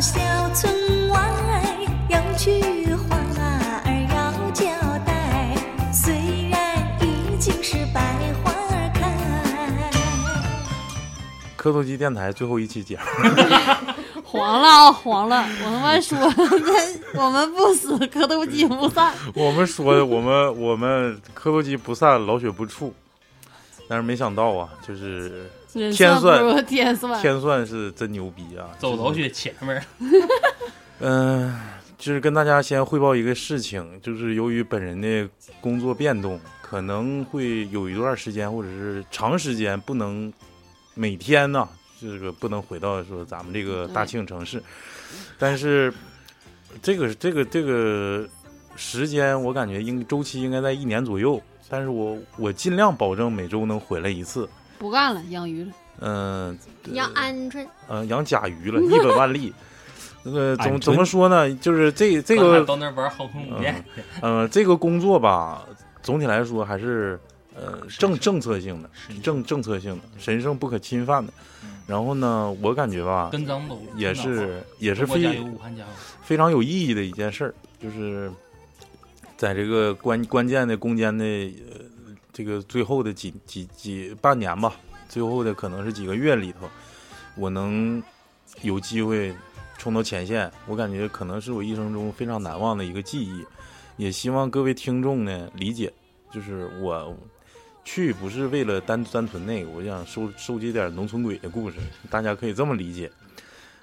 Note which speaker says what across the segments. Speaker 1: 小村外有句话儿要交代，虽然已经是百花开。
Speaker 2: 磕头机电台最后一期节目，
Speaker 3: 黄了啊、黄了！我他妈 说，我们不死，磕头机不散。
Speaker 2: 我们说的我们我们磕头机不散，老雪不触，但是没想到啊，就是
Speaker 3: 人
Speaker 2: 天
Speaker 3: 算不
Speaker 2: 算
Speaker 3: 如天算，
Speaker 2: 天算是真牛逼啊！
Speaker 4: 走老雪前面儿，
Speaker 2: 嗯、就是跟大家先汇报一个事情，就是由于本人的工作变动，可能会有一段时间或者是长时间不能每天呢、这个不能回到说咱们这个大庆城市，但是这个这个这个时间我感觉应周期应该在一年左右，但是我我尽量保证每周能回来一次，
Speaker 3: 不干了，养鱼了。
Speaker 2: 嗯、
Speaker 5: 要鹌鹑，
Speaker 2: 呃，养甲鱼了，一本万 利。呃，怎么
Speaker 4: 俺
Speaker 2: 怎么
Speaker 4: 真
Speaker 2: 说呢？就是这这
Speaker 4: 咱
Speaker 2: 个
Speaker 4: 俩到哎那儿玩航空母舰，
Speaker 2: 呃，这个工作吧，总体来说还是呃政政策性的，政政策性的，
Speaker 4: 嗯
Speaker 2: 神圣不可侵犯的。然后呢，我感觉吧，
Speaker 4: 跟张总
Speaker 2: 也是也
Speaker 4: 也
Speaker 2: 是
Speaker 4: 国家
Speaker 2: 非
Speaker 4: 有武汉加油，
Speaker 2: 非常有意义的一件事儿，就是在这个关关键的攻坚的呃这个最后的几几几半年吧，最后的可能是几个月里头，我能有机会冲到前线，我感觉可能是我一生中非常难忘的一个记忆，也希望各位听众呢理解，就是我。去不是为了单单纯那个，我想收收集点农村鬼的故事，大家可以这么理解。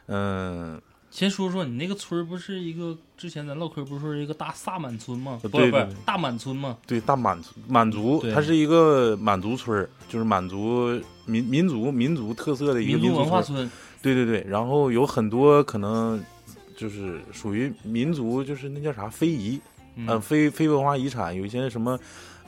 Speaker 2: 嗯，
Speaker 4: 先说说你那个村儿，不是一个之前咱唠嗑不是说一个大萨满村吗？
Speaker 2: 对
Speaker 4: 不是不
Speaker 2: 对
Speaker 4: 是
Speaker 2: 对
Speaker 4: 大满村吗？
Speaker 2: 对，大满族满族，
Speaker 4: 对
Speaker 2: 它是一个满族村儿，就是满族民民族民族特色的一个
Speaker 4: 民
Speaker 2: 民
Speaker 4: 族
Speaker 2: 族
Speaker 4: 文化
Speaker 2: 村儿。
Speaker 4: 村，
Speaker 2: 对对对，然后有很多可能就是属于民族，就是那叫啥非遗，呃，
Speaker 4: 嗯，
Speaker 2: 非非文化遗产，有一些什么。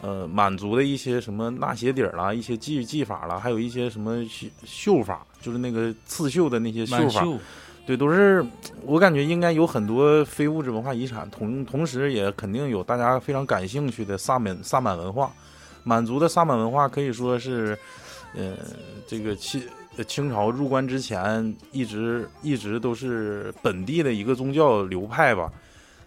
Speaker 2: 呃，满族的一些什么纳鞋底儿啦，一些技技法啦，还有一些什么绣绣法，就是那个刺绣的那些
Speaker 4: 满
Speaker 2: 绣法，
Speaker 4: 秀，
Speaker 2: 对，都是我感觉应该有很多非物质文化遗产，同同时也肯定有大家非常感兴趣的萨满萨满文化。满族的萨满文化可以说是，呃，这个清呃清朝入关之前，一直一直都是本地的一个宗教流派吧。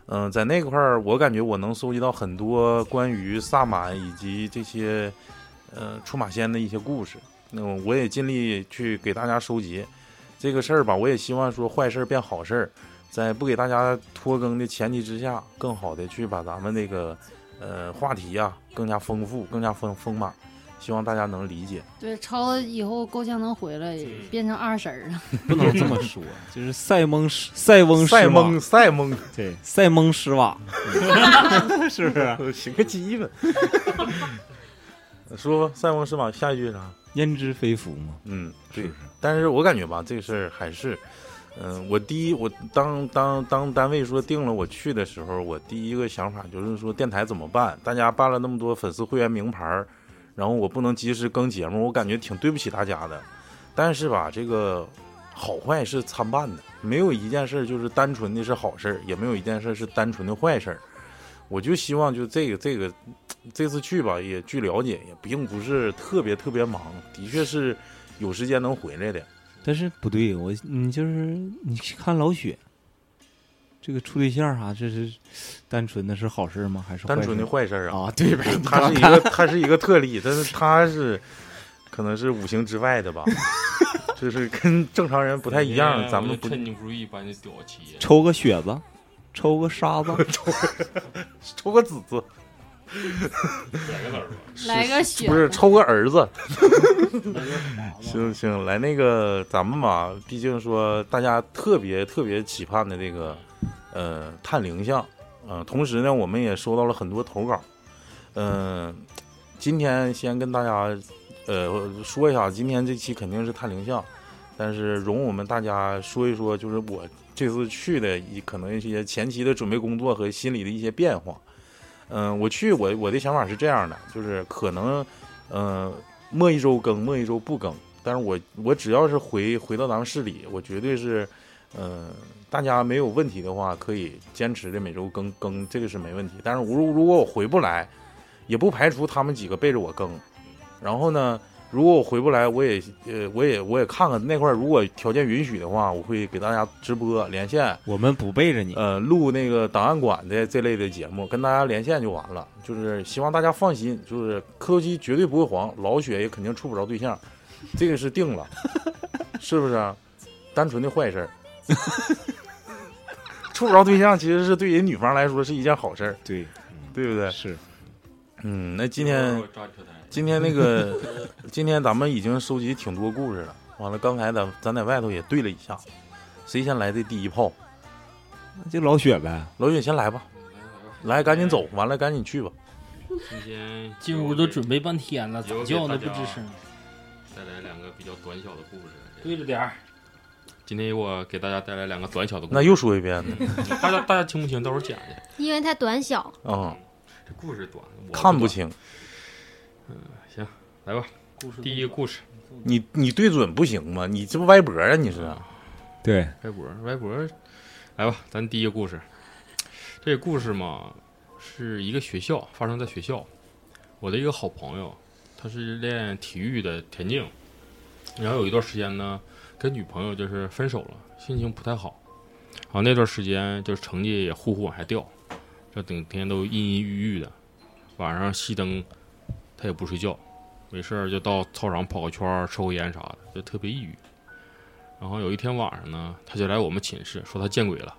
Speaker 2: 嗯、在那块儿，我感觉我能搜集到很多关于萨满以及这些，呃，出马仙的一些故事。那、我也尽力去给大家收集。这个事儿吧，我也希望说坏事儿变好事儿，在不给大家拖更的前提之下，更好的去把咱们那个呃话题啊更加丰富、更加丰丰满，希望大家能理解。
Speaker 3: 对，超子以后够呛能回来，
Speaker 2: 嗯
Speaker 3: 变成二婶儿了。
Speaker 6: 不 能这么说，就是塞翁失塞翁
Speaker 2: 塞
Speaker 6: 失马，
Speaker 2: 蒙塞蒙，
Speaker 6: 对，塞翁失马，是不 是？
Speaker 2: 行个鸡巴！ 说吧，塞翁失马，下一句是啥？
Speaker 6: 焉知非福嘛，
Speaker 2: 嗯，
Speaker 6: 是
Speaker 2: 对
Speaker 6: 不是？
Speaker 2: 但是我感觉吧，这个事儿还是，嗯、我第一，我当当当单位说定了我去的时候，我第一个想法就是说电台怎么办？大家办了那么多粉丝会员名牌儿，然后我不能及时更节目，我感觉挺对不起大家的。但是吧，这个好坏是参半的，没有一件事儿就是单纯的是好事儿，也没有一件事儿是单纯的坏事儿。我就希望就这个这个这次去吧，也据了解也并不是特别特别忙，的确是有时间能回来的。
Speaker 6: 但是不对，我你就是你看老雪，这个处对象啥、这是单纯的是好事吗？还是
Speaker 2: 单纯的
Speaker 6: 坏
Speaker 2: 坏事儿
Speaker 6: 事
Speaker 2: 啊，
Speaker 6: 啊？对呗，
Speaker 2: 他是一个 他是一个特例，但是他是可能是五行之外的 吧，就是跟正常人不太一样。咱们不
Speaker 7: 趁你不注意把你屌切了。
Speaker 6: 抽个雪子，抽个 沙子，
Speaker 2: 抽个子子，
Speaker 3: 来个雪，
Speaker 2: 不是抽个儿子。行行，来那个咱们吧，毕竟说大家特别特别期盼的这个呃探灵像，呃，同时呢，我们也收到了很多投稿，嗯、今天先跟大家呃说一下，今天这期肯定是探灵像，但是容我们大家说一说，就是我这次去的一可能一些前期的准备工作和心里的一些变化。嗯、我去，我我的想法是这样的，就是可能，呃，末一周更，末一周不更，但是我我只要是回回到咱们市里，我绝对是，呃，大家没有问题的话，可以坚持的每周更更，这个是没问题。但是如如果我回不来，也不排除他们几个背着我更。然后呢，如果我回不来，我也呃，我也我也看看那块儿，如果条件允许的话，我会给大家直播连线，
Speaker 6: 我们不背着你，
Speaker 2: 呃，录那个档案馆的这类的节目，跟大家连线就完了。就是希望大家放心，就是柯基绝对不会黄，老雪也肯定处不着对象，这个是定了，是不是啊？单纯的坏事儿，处不着对象其实是对人女方来说是一件好事儿，
Speaker 6: 对，
Speaker 2: 对不对？
Speaker 6: 是
Speaker 2: 嗯，那今天今天那个，今天咱们已经收集挺多故事了。完了，刚才咱咱在外头也对了一下，谁先来的第一炮？
Speaker 6: 就老雪呗，
Speaker 2: 老雪先来吧，来赶紧走，完了赶紧去吧。
Speaker 7: 今天
Speaker 4: 进屋都准备半天了，咋叫啊呢？不吱声。
Speaker 7: 带来两个比较短小的故事。
Speaker 4: 对着点儿，
Speaker 7: 今天我给大家带来两个短小的故
Speaker 2: 那
Speaker 7: 事，
Speaker 2: 又说一遍呢，
Speaker 7: 大家大家听不清，到时候剪去。
Speaker 3: 因为它短小，
Speaker 2: 啊、
Speaker 7: 这故事短，我
Speaker 2: 看不
Speaker 7: 不。
Speaker 2: 清，
Speaker 4: 故事
Speaker 7: 第一个故事，
Speaker 2: 你你对准不行吗？你这不歪脖啊？你是？
Speaker 6: 对，
Speaker 7: 歪脖儿，歪脖儿，来吧，咱第一个故事。这个故事嘛，是一个学校发生在学校。我的一个好朋友，他是练体育的田径，然后有一段时间呢，跟女朋友就是分手了，心情不太好。然后那段时间就是成绩也呼呼往下掉，这整天都阴阴郁郁的，晚上熄灯，他也不睡觉，没事儿就到操场跑个圈儿，抽个烟啥的，就特别抑郁。然后有一天晚上呢，他就来我们寝室说他见鬼了。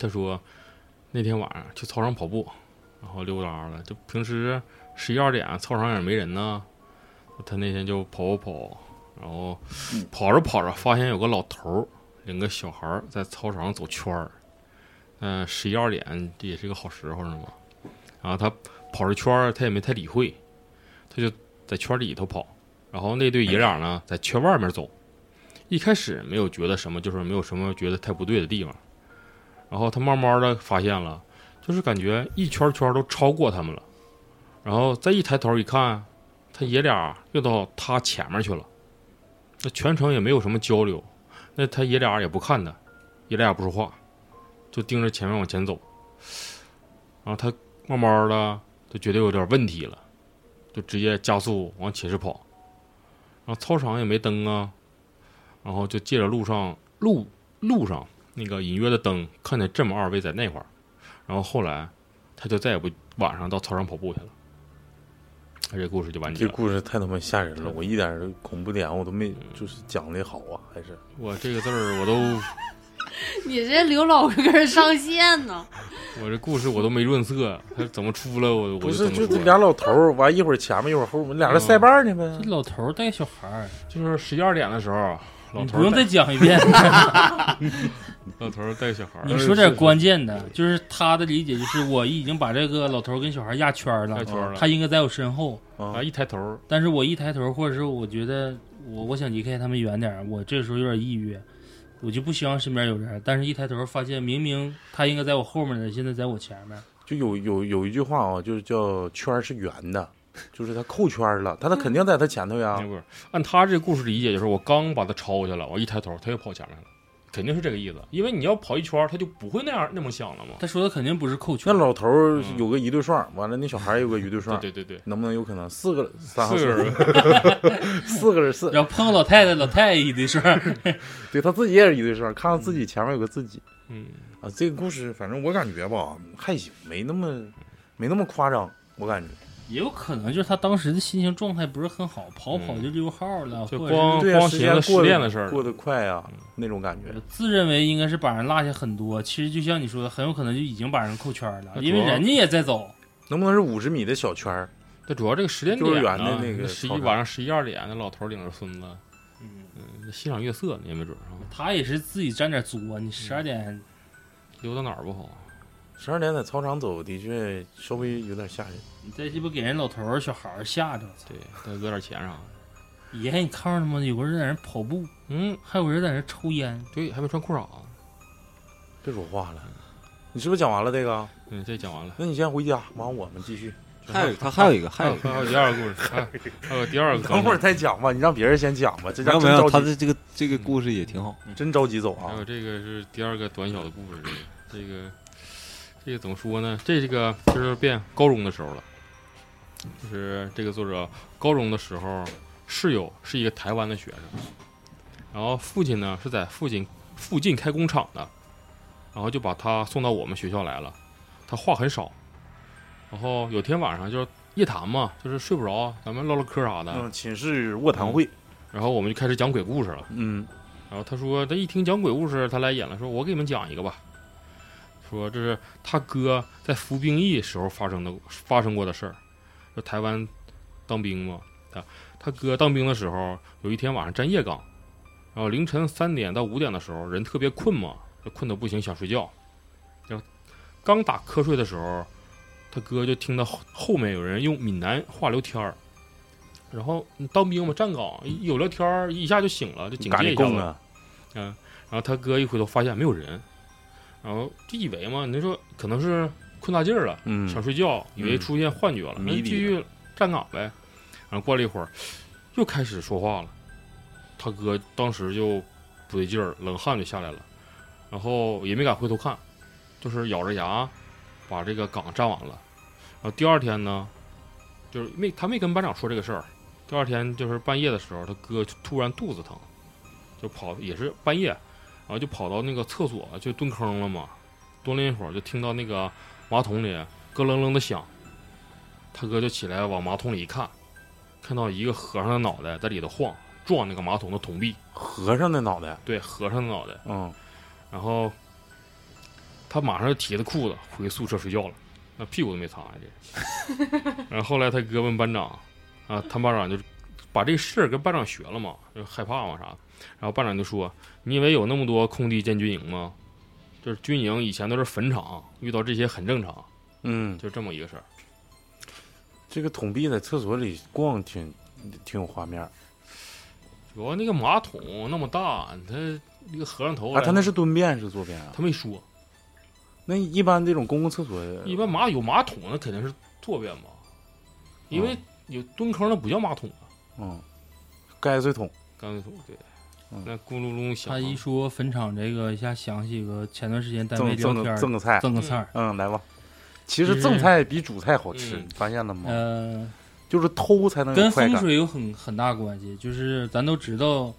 Speaker 7: 他说那天晚上去操场跑步，然后溜达了，就平时十一二点操场也没人呢。他那天就跑跑跑，然后跑着跑着发现有个老头儿领个小孩儿在操场上走圈儿。嗯、十一二点这也是个好时候是吗？然后他跑着圈儿，他也没太理会，他就在圈儿里头跑。然后那对爷俩呢，在圈外面走。一开始没有觉得什么，就是没有什么觉得太不对的地方。然后他慢慢的发现了，就是感觉一圈圈都超过他们了。然后再一抬头一看，他爷俩又到他前面去了。那全程也没有什么交流，那他爷俩也不看他，爷俩也不说话，就盯着前面往前走。然后他慢慢的就觉得有点问题了，就直接加速往寝室跑。然后操场也没灯啊，然后就借着路上路路上那个隐约的灯，看见这么二位在那块儿。然后后来他就再也不晚上到操场跑步去了。他这故事就完结
Speaker 2: 这
Speaker 7: 了。
Speaker 2: 故事太他妈吓人了，我一点儿恐怖点我都没，就是讲的好啊，还是
Speaker 7: 我这个字儿我都
Speaker 3: 你这刘老根儿上线呢。
Speaker 7: 我这故事我都没润色，他怎么出了我我
Speaker 2: 不
Speaker 7: 就是怎
Speaker 2: 就
Speaker 7: 么
Speaker 2: 这
Speaker 7: 说。嗯
Speaker 2: 俩老头儿，完一会儿前面一会儿后面，俩人塞班呢呗。
Speaker 4: 这老头儿带小孩儿，
Speaker 7: 就是十一二点的时候，老
Speaker 4: 你不
Speaker 7: 头儿
Speaker 4: 用再
Speaker 7: 带
Speaker 4: 讲 一遍，
Speaker 7: 老头儿带小孩儿，
Speaker 4: 你说点关键的，就是他的理解就是我已经把这个老头儿跟小孩儿压圈儿
Speaker 7: 带
Speaker 4: 了，
Speaker 7: 圈儿了，
Speaker 4: 他应该在我身后，
Speaker 7: 然
Speaker 2: 啊
Speaker 7: 后一抬头，
Speaker 4: 但是我一抬头，或者是我觉得我我想离开他们远点儿，我这时候有点抑郁，我就不希望身边有人，但是一抬头发现明明他应该在我后面的，现在在我前面，
Speaker 2: 就有有有一句话啊，就是叫圈儿是圆的，就是他扣圈儿了，他他肯定在他前头呀
Speaker 7: 那。不是按他这故事理解，就是我刚把他超去了，我一抬头，他又跑前面了，肯定是这个意思。因为你要跑一圈儿，他就不会那样那么想了嘛。
Speaker 4: 他说的肯定不是扣
Speaker 2: 那
Speaker 4: 圈，
Speaker 2: 老头儿有个一对双，完了那小孩儿有个一对双，
Speaker 7: 对对对对，
Speaker 2: 能不能有可能四 个三
Speaker 7: 四个人，
Speaker 2: 四个人四，
Speaker 4: 然后碰老太太，老太太一的事儿，
Speaker 2: 对他自己也是一对双，看看自己前面有个自己
Speaker 7: 嗯，
Speaker 2: 啊。这个故事反正我感觉吧还行，没那么没那么夸张，我感觉。
Speaker 4: 也有可能就是他当时的心情状态不是很好，跑跑就溜号了，
Speaker 7: 嗯就
Speaker 4: 或者是
Speaker 7: 光
Speaker 2: 对啊，
Speaker 7: 光
Speaker 2: 时
Speaker 7: 寻
Speaker 2: 间
Speaker 7: 思
Speaker 2: 过
Speaker 7: 失恋
Speaker 2: 得
Speaker 7: 的事儿嗯
Speaker 2: 过，得快呀，那种感觉。
Speaker 4: 自认为应该是把人落下很多，其实就像你说的，很有可能就已经把人扣圈儿了，
Speaker 7: 那
Speaker 4: 因为
Speaker 7: 主要
Speaker 4: 人家也在走。
Speaker 2: 能不能是五十米的小圈儿？
Speaker 7: 这主要这个时间
Speaker 2: 幼儿
Speaker 7: 点
Speaker 2: 园的
Speaker 7: 呢
Speaker 2: 那个
Speaker 7: 十一
Speaker 2: 操场
Speaker 7: 晚上十一二点，那老头儿领着孙子，
Speaker 4: 嗯，
Speaker 7: 嗯，欣赏月色呢，也没准儿啊。
Speaker 4: 他也是自己沾点作，啊你十二点
Speaker 7: 溜到哪儿不好？
Speaker 2: 十二点在操场走，的确稍微有点吓人。
Speaker 4: 你再鸡巴给人老头儿小孩儿吓着，
Speaker 7: 对，再讹点钱啥的。
Speaker 4: 爷你看着他妈有个人在那跑步，
Speaker 7: 嗯，
Speaker 4: 还有人在那抽烟，
Speaker 7: 对，还没穿裤衩。啊
Speaker 2: 别说话了，你是不是讲完了这个？
Speaker 7: 嗯，这讲完了。
Speaker 2: 那你先回家，完我们继续。
Speaker 6: 还有他还有一个，还
Speaker 7: 还
Speaker 6: 有
Speaker 7: 有
Speaker 6: 一个
Speaker 7: 还有第二个故事，还有还有第二个。
Speaker 2: 等会儿再讲吧，你让别人先讲吧，这
Speaker 6: 没
Speaker 2: 家
Speaker 6: 有
Speaker 2: 真
Speaker 6: 没有，
Speaker 2: 着
Speaker 6: 啊他
Speaker 2: 急，嗯
Speaker 6: 的这个这个故事也挺好，
Speaker 4: 嗯
Speaker 2: 真着急走
Speaker 7: 还
Speaker 2: 啊
Speaker 7: 有！这个是第二个短小的故事，这个这个怎么说呢？这这个就是变高中的时候了。就是这个作者高中的时候，室友是一个台湾的学生，然后父亲呢是在附近附近开工厂的，然后就把他送到我们学校来了。他话很少，然后有天晚上就是夜谈嘛，就是睡不着，咱们唠唠嗑啥的，
Speaker 2: 嗯，寝室卧谈会，
Speaker 7: 然后我们就开始讲鬼故事了。
Speaker 2: 嗯
Speaker 7: 然后他说，他一听讲鬼故事，他来演了，说我给你们讲一个吧。说这是他哥在服兵役时候发生的发生过的事儿。说台湾当兵嘛，啊，他哥当兵的时候，有一天晚上站夜岗，然后凌晨三点到五点的时候，人特别困嘛，就困得不行，想睡觉。然后刚打瞌睡的时候，他哥就听到后后面有人用闽南话聊天儿。然后你当兵嘛，站岗一有聊天儿，一下就醒了，就警
Speaker 2: 咖
Speaker 7: 戒
Speaker 2: 喱
Speaker 7: 一下
Speaker 2: 贡
Speaker 7: 子。
Speaker 2: 啊，
Speaker 7: 然后他哥一回头发现没有人，然后就以为嘛，你说可能是困大劲儿了，
Speaker 2: 嗯，
Speaker 7: 想睡觉，以为
Speaker 2: 嗯
Speaker 7: 出现幻觉了，那
Speaker 2: 迷离了
Speaker 7: 继续站岗呗。然后过了一会儿，又开始说话了，他哥当时就不对劲儿，冷汗就下来了，然后也没敢回头看，就是咬着牙把这个岗站完了。然后第二天呢，就是没他没跟班长说这个事儿。第二天就是半夜的时候，他哥就突然肚子疼，就跑也是半夜，然后就跑到那个厕所就蹲坑了嘛，蹲了一会儿就听到那个马桶里咯楞楞的响，他哥就起来往马桶里一看，看到一个和尚的脑袋在里头晃，撞那个马桶的桶壁，
Speaker 2: 和尚的脑袋，
Speaker 7: 对，和尚的脑袋。
Speaker 2: 嗯，
Speaker 7: 然后他马上就提着裤子回宿舍睡觉了，那屁股都没擦呀这。然后后来他哥问班长，啊，他班长就把这事儿跟班长学了嘛，就害怕嘛啥的。然后班长就说：“你以为有那么多空地建军营吗？就是军营以前都是坟场，遇到这些很正常，
Speaker 2: 嗯，
Speaker 7: 就这么一个事儿。
Speaker 2: 这个桶壁在厕所里逛挺挺有画面儿
Speaker 7: 主要那个马桶那么大，他那个和尚头
Speaker 2: 啊。他那是蹲便是坐便啊？
Speaker 7: 他没说，
Speaker 2: 那一般这种公共厕所，
Speaker 7: 一般马有马桶那肯定是坐便吧，因
Speaker 2: 啊
Speaker 7: 为有蹲坑那不叫马桶。”啊
Speaker 2: 嗯，盖水桶，
Speaker 7: 干脆桶对
Speaker 2: 嗯，
Speaker 7: 那咕噜噜响
Speaker 4: 他。一说坟场这个，一下想起个前段时间单位
Speaker 2: 赠
Speaker 4: 聊
Speaker 2: 赠
Speaker 4: 天
Speaker 2: 个
Speaker 4: 儿
Speaker 2: 赠个菜，
Speaker 4: 赠个菜儿，
Speaker 2: 嗯，来吧。其实
Speaker 4: 其实
Speaker 2: 赠菜比主菜好吃，
Speaker 7: 嗯
Speaker 2: 你发现了吗？
Speaker 4: 呃，
Speaker 2: 就是偷才能有
Speaker 4: 跟
Speaker 2: 嗯快
Speaker 4: 风
Speaker 2: 感。
Speaker 4: 水有很很大关系，就是咱都知道，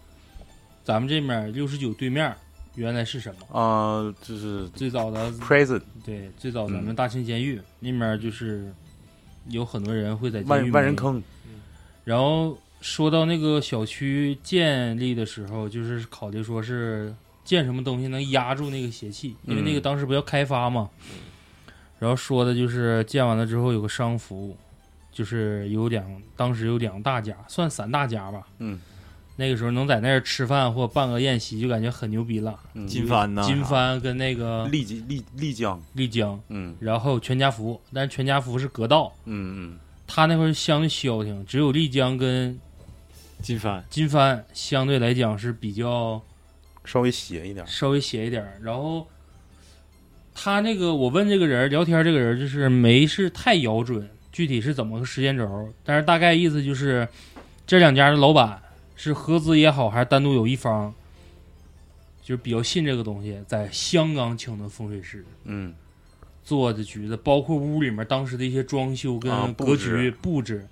Speaker 4: 咱们这面六十九对面儿原来是什么？
Speaker 2: 啊，就是
Speaker 4: 最早的
Speaker 2: present
Speaker 4: 对，最早咱
Speaker 2: 嗯
Speaker 4: 们大庆监狱、那面儿就是有很多人会在监
Speaker 2: 万
Speaker 4: 狱
Speaker 2: 万人
Speaker 4: 门
Speaker 2: 坑，
Speaker 4: 然后说到那个小区建立的时候，就是考虑说是建什么东西能压住那个邪气，因为那个
Speaker 2: 嗯
Speaker 4: 当时不要开发嘛。然后说的就是建完了之后有个商服，就是有两当时有两大家，算三大家吧。
Speaker 2: 嗯，
Speaker 4: 那个时候能在那儿吃饭或办个宴席，就感觉很牛逼了。
Speaker 2: 嗯
Speaker 6: 金帆呐，
Speaker 4: 金帆跟那个
Speaker 2: 丽江丽丽江，
Speaker 4: 丽江，
Speaker 2: 嗯
Speaker 4: 然后全家福，但是全家福是格道，
Speaker 2: 嗯嗯，
Speaker 4: 他那块儿相对消停，只有丽江跟
Speaker 6: 金帆，
Speaker 4: 金帆相对来讲是比较
Speaker 2: 稍微邪一点儿，
Speaker 4: 稍微邪一点儿，然后他那个我问这个人儿聊天儿这个人儿就是没是太咬准，具体是怎么个时间轴儿，但是大概意思就是这两家的老板是合资也好，还是单独有一方，就是比较信这个东西，在香港请的风水师
Speaker 2: 嗯
Speaker 4: 做的局子，包括屋里面当时的一些装修
Speaker 2: 啊
Speaker 4: 跟
Speaker 2: 布
Speaker 4: 格
Speaker 2: 置
Speaker 4: 局、布置，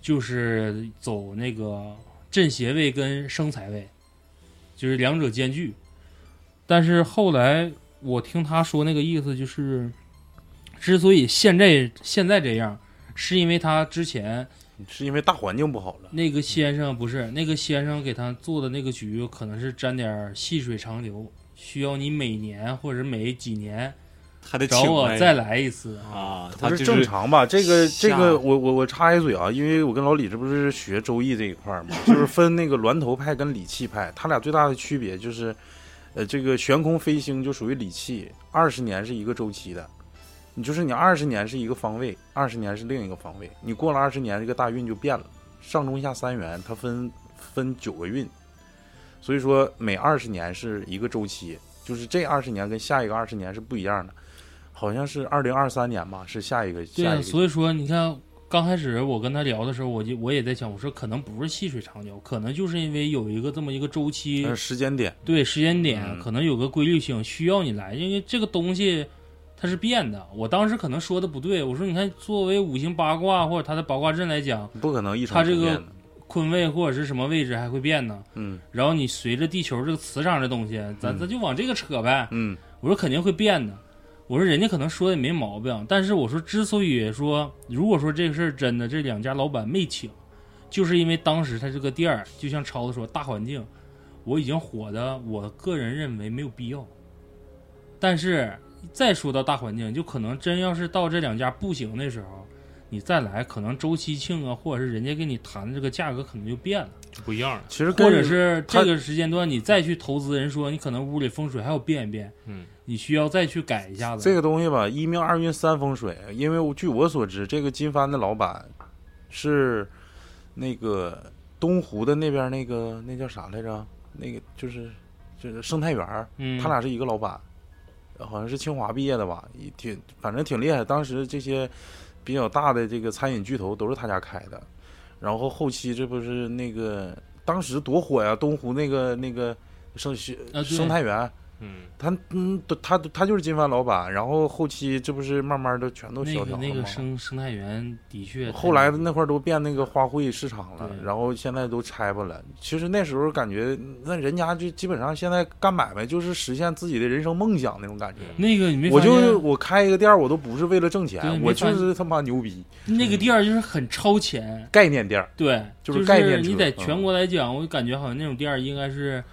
Speaker 4: 就是走那个镇邪位跟生财位，就是两者兼具。但是后来我听他说那个意思，就是之所以现在现在这样，是因为他之前
Speaker 2: 是因为大环境不好了，
Speaker 4: 那个先生不是那个先生给他做的那个局，可能是沾点儿细水长流，需要你每年或者每几年
Speaker 6: 还得
Speaker 4: 找
Speaker 6: 请
Speaker 4: 我
Speaker 6: 来
Speaker 4: 再来一次。
Speaker 6: 啊，
Speaker 2: 它
Speaker 6: 他
Speaker 2: 不
Speaker 6: 就是
Speaker 2: 正常吧？这个这
Speaker 6: 下
Speaker 2: 个，我我我插一嘴啊，因为我跟老李这不是学周易这一块儿 嘛，就是分那个峦头派跟理气派，它俩最大的区别就是，呃，这个悬空飞星就属于理气，二十年是一个周期的，你就是你二十年是一个方位，二十年是另一个方位，你过了二十年，这个大运就变了，上中下三元它分分九个运，所以说每二十年是一个周期，就是这二十年跟下一个二十年是不一样的。好像是二零二三年吧，是下一个下
Speaker 4: 对
Speaker 2: 一
Speaker 4: 啊，
Speaker 2: 个
Speaker 4: 所以说你看，刚开始我跟他聊的时候，我就我也在想，我说可能不是细水长流，可能就是因为有一个这么一个周期，
Speaker 2: 呃，时间点，
Speaker 4: 对时间点、
Speaker 2: 嗯
Speaker 4: 可能有个规律性，需要你来，因为这个东西它是变的。我当时可能说的不对，我说你看，作为五行八卦或者它的八卦阵来讲，
Speaker 2: 不可能一成
Speaker 4: 它这
Speaker 2: 不
Speaker 4: 个
Speaker 2: 变的
Speaker 4: 坤位或者是什么位置还会变呢。
Speaker 2: 嗯
Speaker 4: 然后你随着地球这个磁场这东西，咱咱就往这个扯呗。
Speaker 2: 嗯
Speaker 4: 我说肯定会变的。我说人家可能说的也没毛病，但是我说之所以说，如果说这个事儿真的，这两家老板没请，就是因为当时他这个店儿，就像超子说，大环境我已经火的，我个人认为没有必要。但是再说到大环境，就可能真要是到这两家不行的时候，你再来，可能周期庆啊，或者是人家跟你谈的这个价格可能就变了。
Speaker 7: 就不一样了。
Speaker 2: 其实跟
Speaker 4: 或者是
Speaker 2: 他
Speaker 4: 这个时间段你再去投资，人说你可能屋里风水还要变一变，
Speaker 7: 嗯，
Speaker 4: 你需要再去改一下子。
Speaker 2: 这个东西吧，一命二运三风水，因为我据我所知，这个金帆的老板是那个东湖的那边那个那叫啥来着？那个就是就是生态园儿，
Speaker 4: 嗯，
Speaker 2: 他俩是一个老板，呃好像是清华毕业的吧，也挺反正挺厉害。当时这些比较大的这个餐饮巨头都是他家开的，然后后期这不是那个当时多火呀，东湖那个那个生学
Speaker 4: 啊对
Speaker 2: 生态园。
Speaker 7: 嗯，
Speaker 2: 他嗯，都他他就是金帆老板，然后后期这不是慢慢都全都
Speaker 4: 那
Speaker 2: 萧条
Speaker 4: 个
Speaker 2: 了吗？
Speaker 4: 那个生生态园的确，
Speaker 2: 后来那块儿都变那个花卉市场了，
Speaker 4: 对
Speaker 2: 然后现在都拆吧了。其实那时候感觉，那人家就基本上现在干买卖就是实现自己的人生梦想那种感觉。
Speaker 4: 那个你没
Speaker 2: 我
Speaker 4: 发现
Speaker 2: 就我开一个店儿，我都不是为了挣
Speaker 4: 对
Speaker 2: 钱，
Speaker 4: 没
Speaker 2: 我
Speaker 4: 发
Speaker 2: 就
Speaker 4: 现
Speaker 2: 是他妈牛逼，
Speaker 4: 那个地儿就是很超前，
Speaker 2: 概念店儿。
Speaker 4: 对，
Speaker 2: 就
Speaker 4: 就是
Speaker 2: 概念车嗯
Speaker 4: 你在全国来讲，我感觉好像那种店儿应该是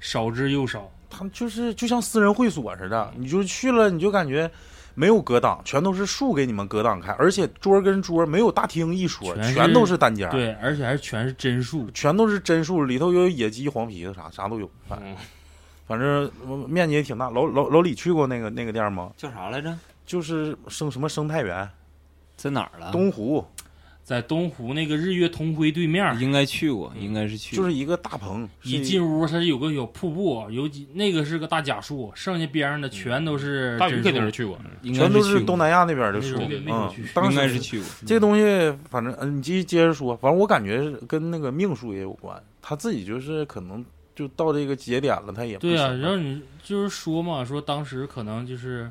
Speaker 4: 少之又少。
Speaker 2: 他们就是就像私人会所似的，你就去了，你就感觉没有隔挡，全都是树给你们隔挡开，而且桌跟桌没有大厅一说，
Speaker 4: 全
Speaker 2: 全
Speaker 4: 是
Speaker 2: 都是单间儿。
Speaker 4: 对，而且还是全是真树，
Speaker 2: 全都是真树，里头有野鸡、黄皮子啥啥都有，反
Speaker 7: 嗯
Speaker 2: 反正呃面积也挺大。老老老李去过那个那个店吗？
Speaker 6: 叫啥来着？
Speaker 2: 就是生什么生态园，
Speaker 6: 在哪儿了？
Speaker 2: 东湖
Speaker 4: 在东湖那个日月同辉对面儿，
Speaker 6: 应该去过，应该是去
Speaker 2: 就
Speaker 6: 过。
Speaker 2: 是一个大棚，是
Speaker 4: 一进屋它是有个有瀑布，有几那个是个大假树，剩下边上的全都是
Speaker 7: 大
Speaker 4: 真
Speaker 7: 宇
Speaker 4: 树
Speaker 7: 肯定是去过，
Speaker 6: 应该
Speaker 2: 全都
Speaker 6: 去
Speaker 2: 是
Speaker 6: 过
Speaker 2: 东南亚那边的
Speaker 4: 那
Speaker 2: 树
Speaker 4: 种，那种
Speaker 2: 嗯
Speaker 4: 区，
Speaker 2: 当
Speaker 6: 应该是
Speaker 2: 时
Speaker 6: 去过。
Speaker 2: 这东西反正嗯，你继续接着说，反正我感觉是跟那个命数也有关，他自己就是可能就到这个节点了，他也不
Speaker 4: 对啊，
Speaker 2: 行
Speaker 4: 然后你就是说嘛，说当时可能就是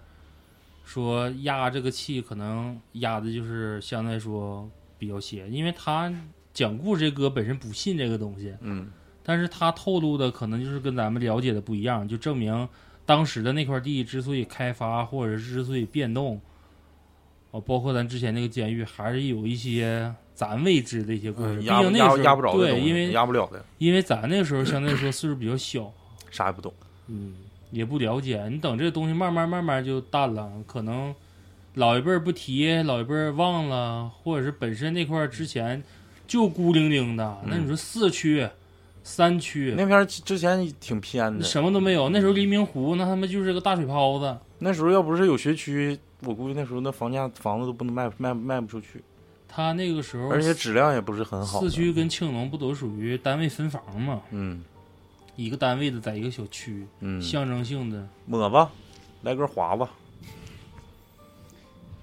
Speaker 4: 说压这个气，可能压的就是相对来说比较邪，因为他讲故事这歌本身不信这个东西，
Speaker 2: 嗯
Speaker 4: 但是他透露的可能就是跟咱们了解的不一样，就证明当时的那块地之所以开发
Speaker 2: 嗯
Speaker 4: 或者是之所以变动，哦，包括咱之前那个监狱，还是有一些咱未知的一些故事。
Speaker 2: 嗯，
Speaker 4: 毕
Speaker 2: 压不
Speaker 4: 竟那
Speaker 2: 压
Speaker 4: 个时候
Speaker 2: 压不着的
Speaker 4: 对，
Speaker 2: 东
Speaker 4: 因
Speaker 2: 西，
Speaker 4: 为
Speaker 2: 压不了的，
Speaker 4: 因为咱那个时候相对来说岁数比较小。
Speaker 2: 啥也不懂。
Speaker 4: 嗯，也不了解。你等这东西慢慢慢慢就淡了，可能老一辈儿不提，老一辈儿忘了，或者是本身那块儿之前就孤零零的。那
Speaker 2: 嗯
Speaker 4: 你说四区、三区，
Speaker 2: 那片儿之前挺偏的，
Speaker 4: 什么都没有。那时候黎明湖那他妈就是个大水泡子，
Speaker 2: 那时候要不是有学区，我估计那时候那房价房子都不能卖卖卖不出去，
Speaker 4: 他那个时候
Speaker 2: 而且质量也不是很好。
Speaker 4: 四区，跟庆隆不都属于单位分房嘛？
Speaker 2: 嗯
Speaker 4: 一个单位的在一个小区，
Speaker 2: 嗯，
Speaker 4: 象征性的。
Speaker 2: 抹吧，来根华吧，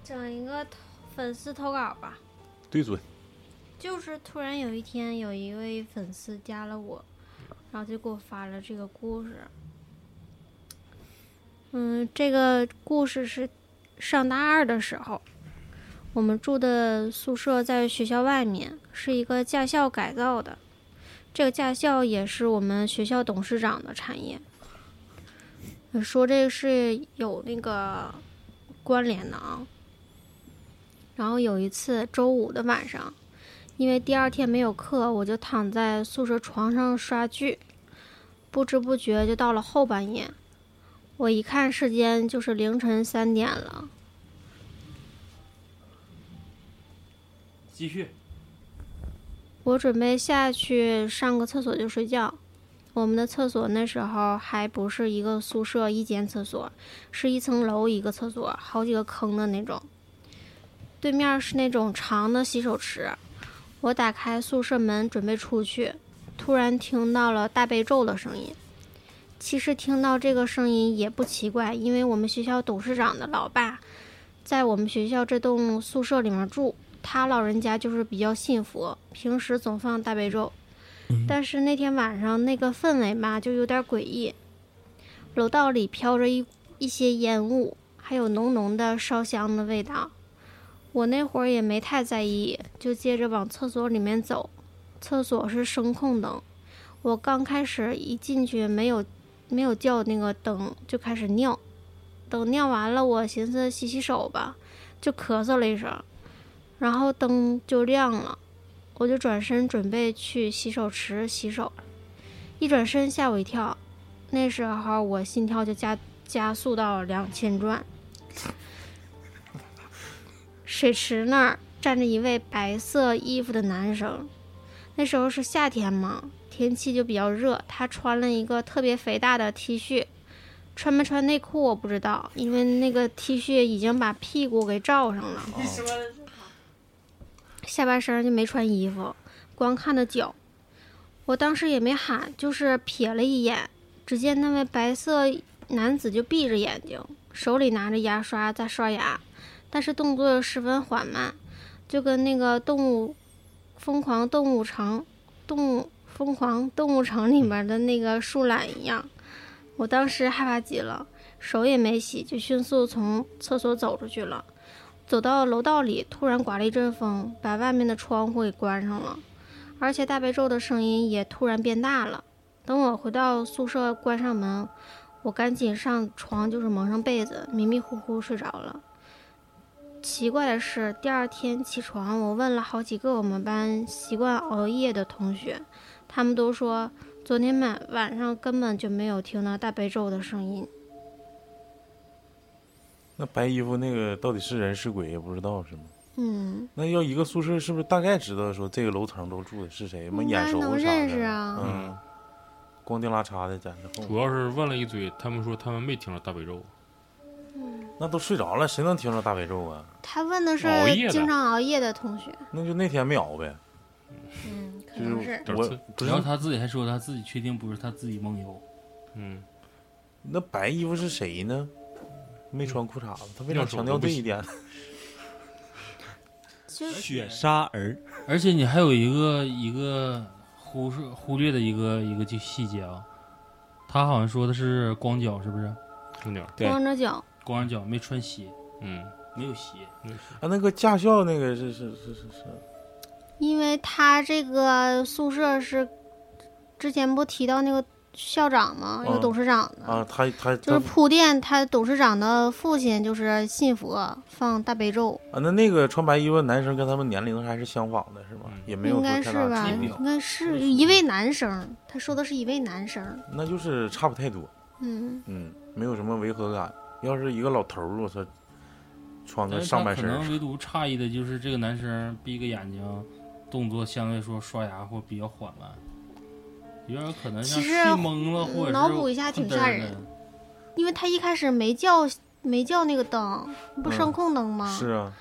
Speaker 5: 整一个投粉丝投稿吧。
Speaker 2: 对准。
Speaker 5: 就是突然有一天，有一位粉丝加了我，然后就给我发了这个故事。嗯，这个故事是上大二的时候，我们住的宿舍在学校外面，是一个驾校改造的。这个驾校也是我们学校董事长的产业。呃说这个是有那个关联的啊。然后有一次周五的晚上，因为第二天没有课，我就躺在宿舍床上刷剧，不知不觉就到了后半夜。我一看时间，就是凌晨三点了。
Speaker 4: 继续，
Speaker 5: 我准备下去上个厕所就睡觉。我们的厕所那时候还不是一个宿舍一间厕所，是一层楼一个厕所，好几个坑的那种。对面是那种长的洗手池。我打开宿舍门准备出去，突然听到了大悲咒的声音。其实听到这个声音也不奇怪，因为我们学校董事长的老爸在我们学校这栋宿舍里面住，他老人家就是比较信佛，平时总放大悲咒。但是那天晚上那个氛围吧，就有点诡异。楼道里飘着一一些烟雾，还还有浓浓的烧香的味道。我那会儿也没太在意，就接着往厕所里面走。厕所是声控灯，我刚开始一进去没有没有叫那个灯，就开始尿。等尿完了，我寻思洗洗手吧，就咳嗽了一声，然后灯就亮了，我就转身准备去洗手池洗手，一转身吓我一跳，那时候我心跳就加加速到两千转。水池那儿站着一位白色衣服的男生，那时候是夏天嘛，天气就比较热，他穿了一个特别肥大的 T 恤，穿没穿内裤我不知道，因为那个 T 恤已经把屁股给罩上了，
Speaker 2: 啊
Speaker 5: 下半身就没穿衣服，光看着脚。我当时也没喊，就是瞥了一眼，只见那位白色男子就闭着眼睛，手里拿着牙刷在刷牙，但是动作十分缓慢，就跟那个《动物疯狂动物城》动物疯狂动物城里面的那个树懒一样。我当时害怕极了，手也没洗，就迅速从厕所走出去了。走到楼道里，突然刮了一阵风，把外面的窗户给关上了，而且大悲咒的声音也突然变大了。等我回到宿舍，关上门，我赶紧上床，就是蒙上被子，迷迷糊糊睡着了。奇怪的是，第二天起床，我问了好几个我们班习惯熬夜的同学，他们都说昨天晚晚上根本就没有听到大悲咒的声音。
Speaker 2: 那白衣服那个到底是人是鬼也不知道是吗？
Speaker 5: 嗯，
Speaker 2: 那要一个宿舍是不是大概知道说这个楼层都住的是谁吗？
Speaker 5: 应
Speaker 2: 眼
Speaker 5: 该
Speaker 2: 熟
Speaker 5: 能
Speaker 2: 啥的
Speaker 5: 认识啊
Speaker 2: 嗯，光腚拉碴的在那后
Speaker 7: 主
Speaker 2: 面，
Speaker 7: 要是问了一嘴，他们说他们没听着大悲咒，
Speaker 2: 那都睡着了，谁能听着大悲咒啊？
Speaker 5: 他问的是
Speaker 7: 熬夜的
Speaker 5: 经常熬夜的同学，
Speaker 2: 那就那天没熬呗，
Speaker 5: 嗯，可
Speaker 2: 就
Speaker 5: 能是。
Speaker 2: 我不是
Speaker 4: 然后他自己还说他自己确定不是他自己梦游，
Speaker 7: 嗯，
Speaker 2: 那白衣服是谁呢？没穿裤衩子，他为啥
Speaker 7: 要是我
Speaker 2: 强调
Speaker 7: 都不
Speaker 2: 这一
Speaker 7: 信
Speaker 2: 点呢？
Speaker 5: 其实
Speaker 6: 雪沙儿，
Speaker 4: 而且你还有一个一个忽视忽略的一个一个就细节啊，他好像说的是光脚是不是？
Speaker 7: 听点儿，
Speaker 6: 对
Speaker 5: 光着脚，
Speaker 4: 光着脚没穿鞋，
Speaker 7: 嗯，
Speaker 4: 没有鞋，
Speaker 2: 啊，那个驾校那个是是是是是，
Speaker 5: 因为他这个宿舍是之前不提到那个校长吗？有
Speaker 2: 嗯
Speaker 5: 董事长的，
Speaker 2: 啊，他他他
Speaker 5: 就是铺垫他董事长的父亲就是信佛，放大悲咒，
Speaker 2: 啊，那那个穿白衣服的男生跟他们年龄还是相仿的，是吗
Speaker 7: 嗯？
Speaker 2: 也没有
Speaker 5: 应
Speaker 2: 说
Speaker 5: 该
Speaker 2: 太
Speaker 5: 是
Speaker 2: 大
Speaker 5: 吧？
Speaker 2: 区别，
Speaker 5: 应该是一位男生，他说的是一位男生，
Speaker 2: 那就是差不太多，
Speaker 5: 嗯，
Speaker 2: 嗯，没有什么违和感。要是一个老头儿，我操，穿
Speaker 4: 但
Speaker 2: 个
Speaker 4: 是
Speaker 2: 上
Speaker 4: 他
Speaker 2: 半
Speaker 4: 可
Speaker 2: 身儿
Speaker 4: 能唯独诧异的就是这个男生闭个眼睛，动作相对来说刷牙或比较缓慢，有点可能像
Speaker 5: 其
Speaker 4: 睡
Speaker 5: 实嗯
Speaker 4: 懵了或者是
Speaker 5: 脑补一下挺吓人
Speaker 4: 嘚儿的
Speaker 5: 因为他一开始没叫没叫那个灯，不
Speaker 2: 嗯
Speaker 5: 声控灯吗？
Speaker 2: 是啊，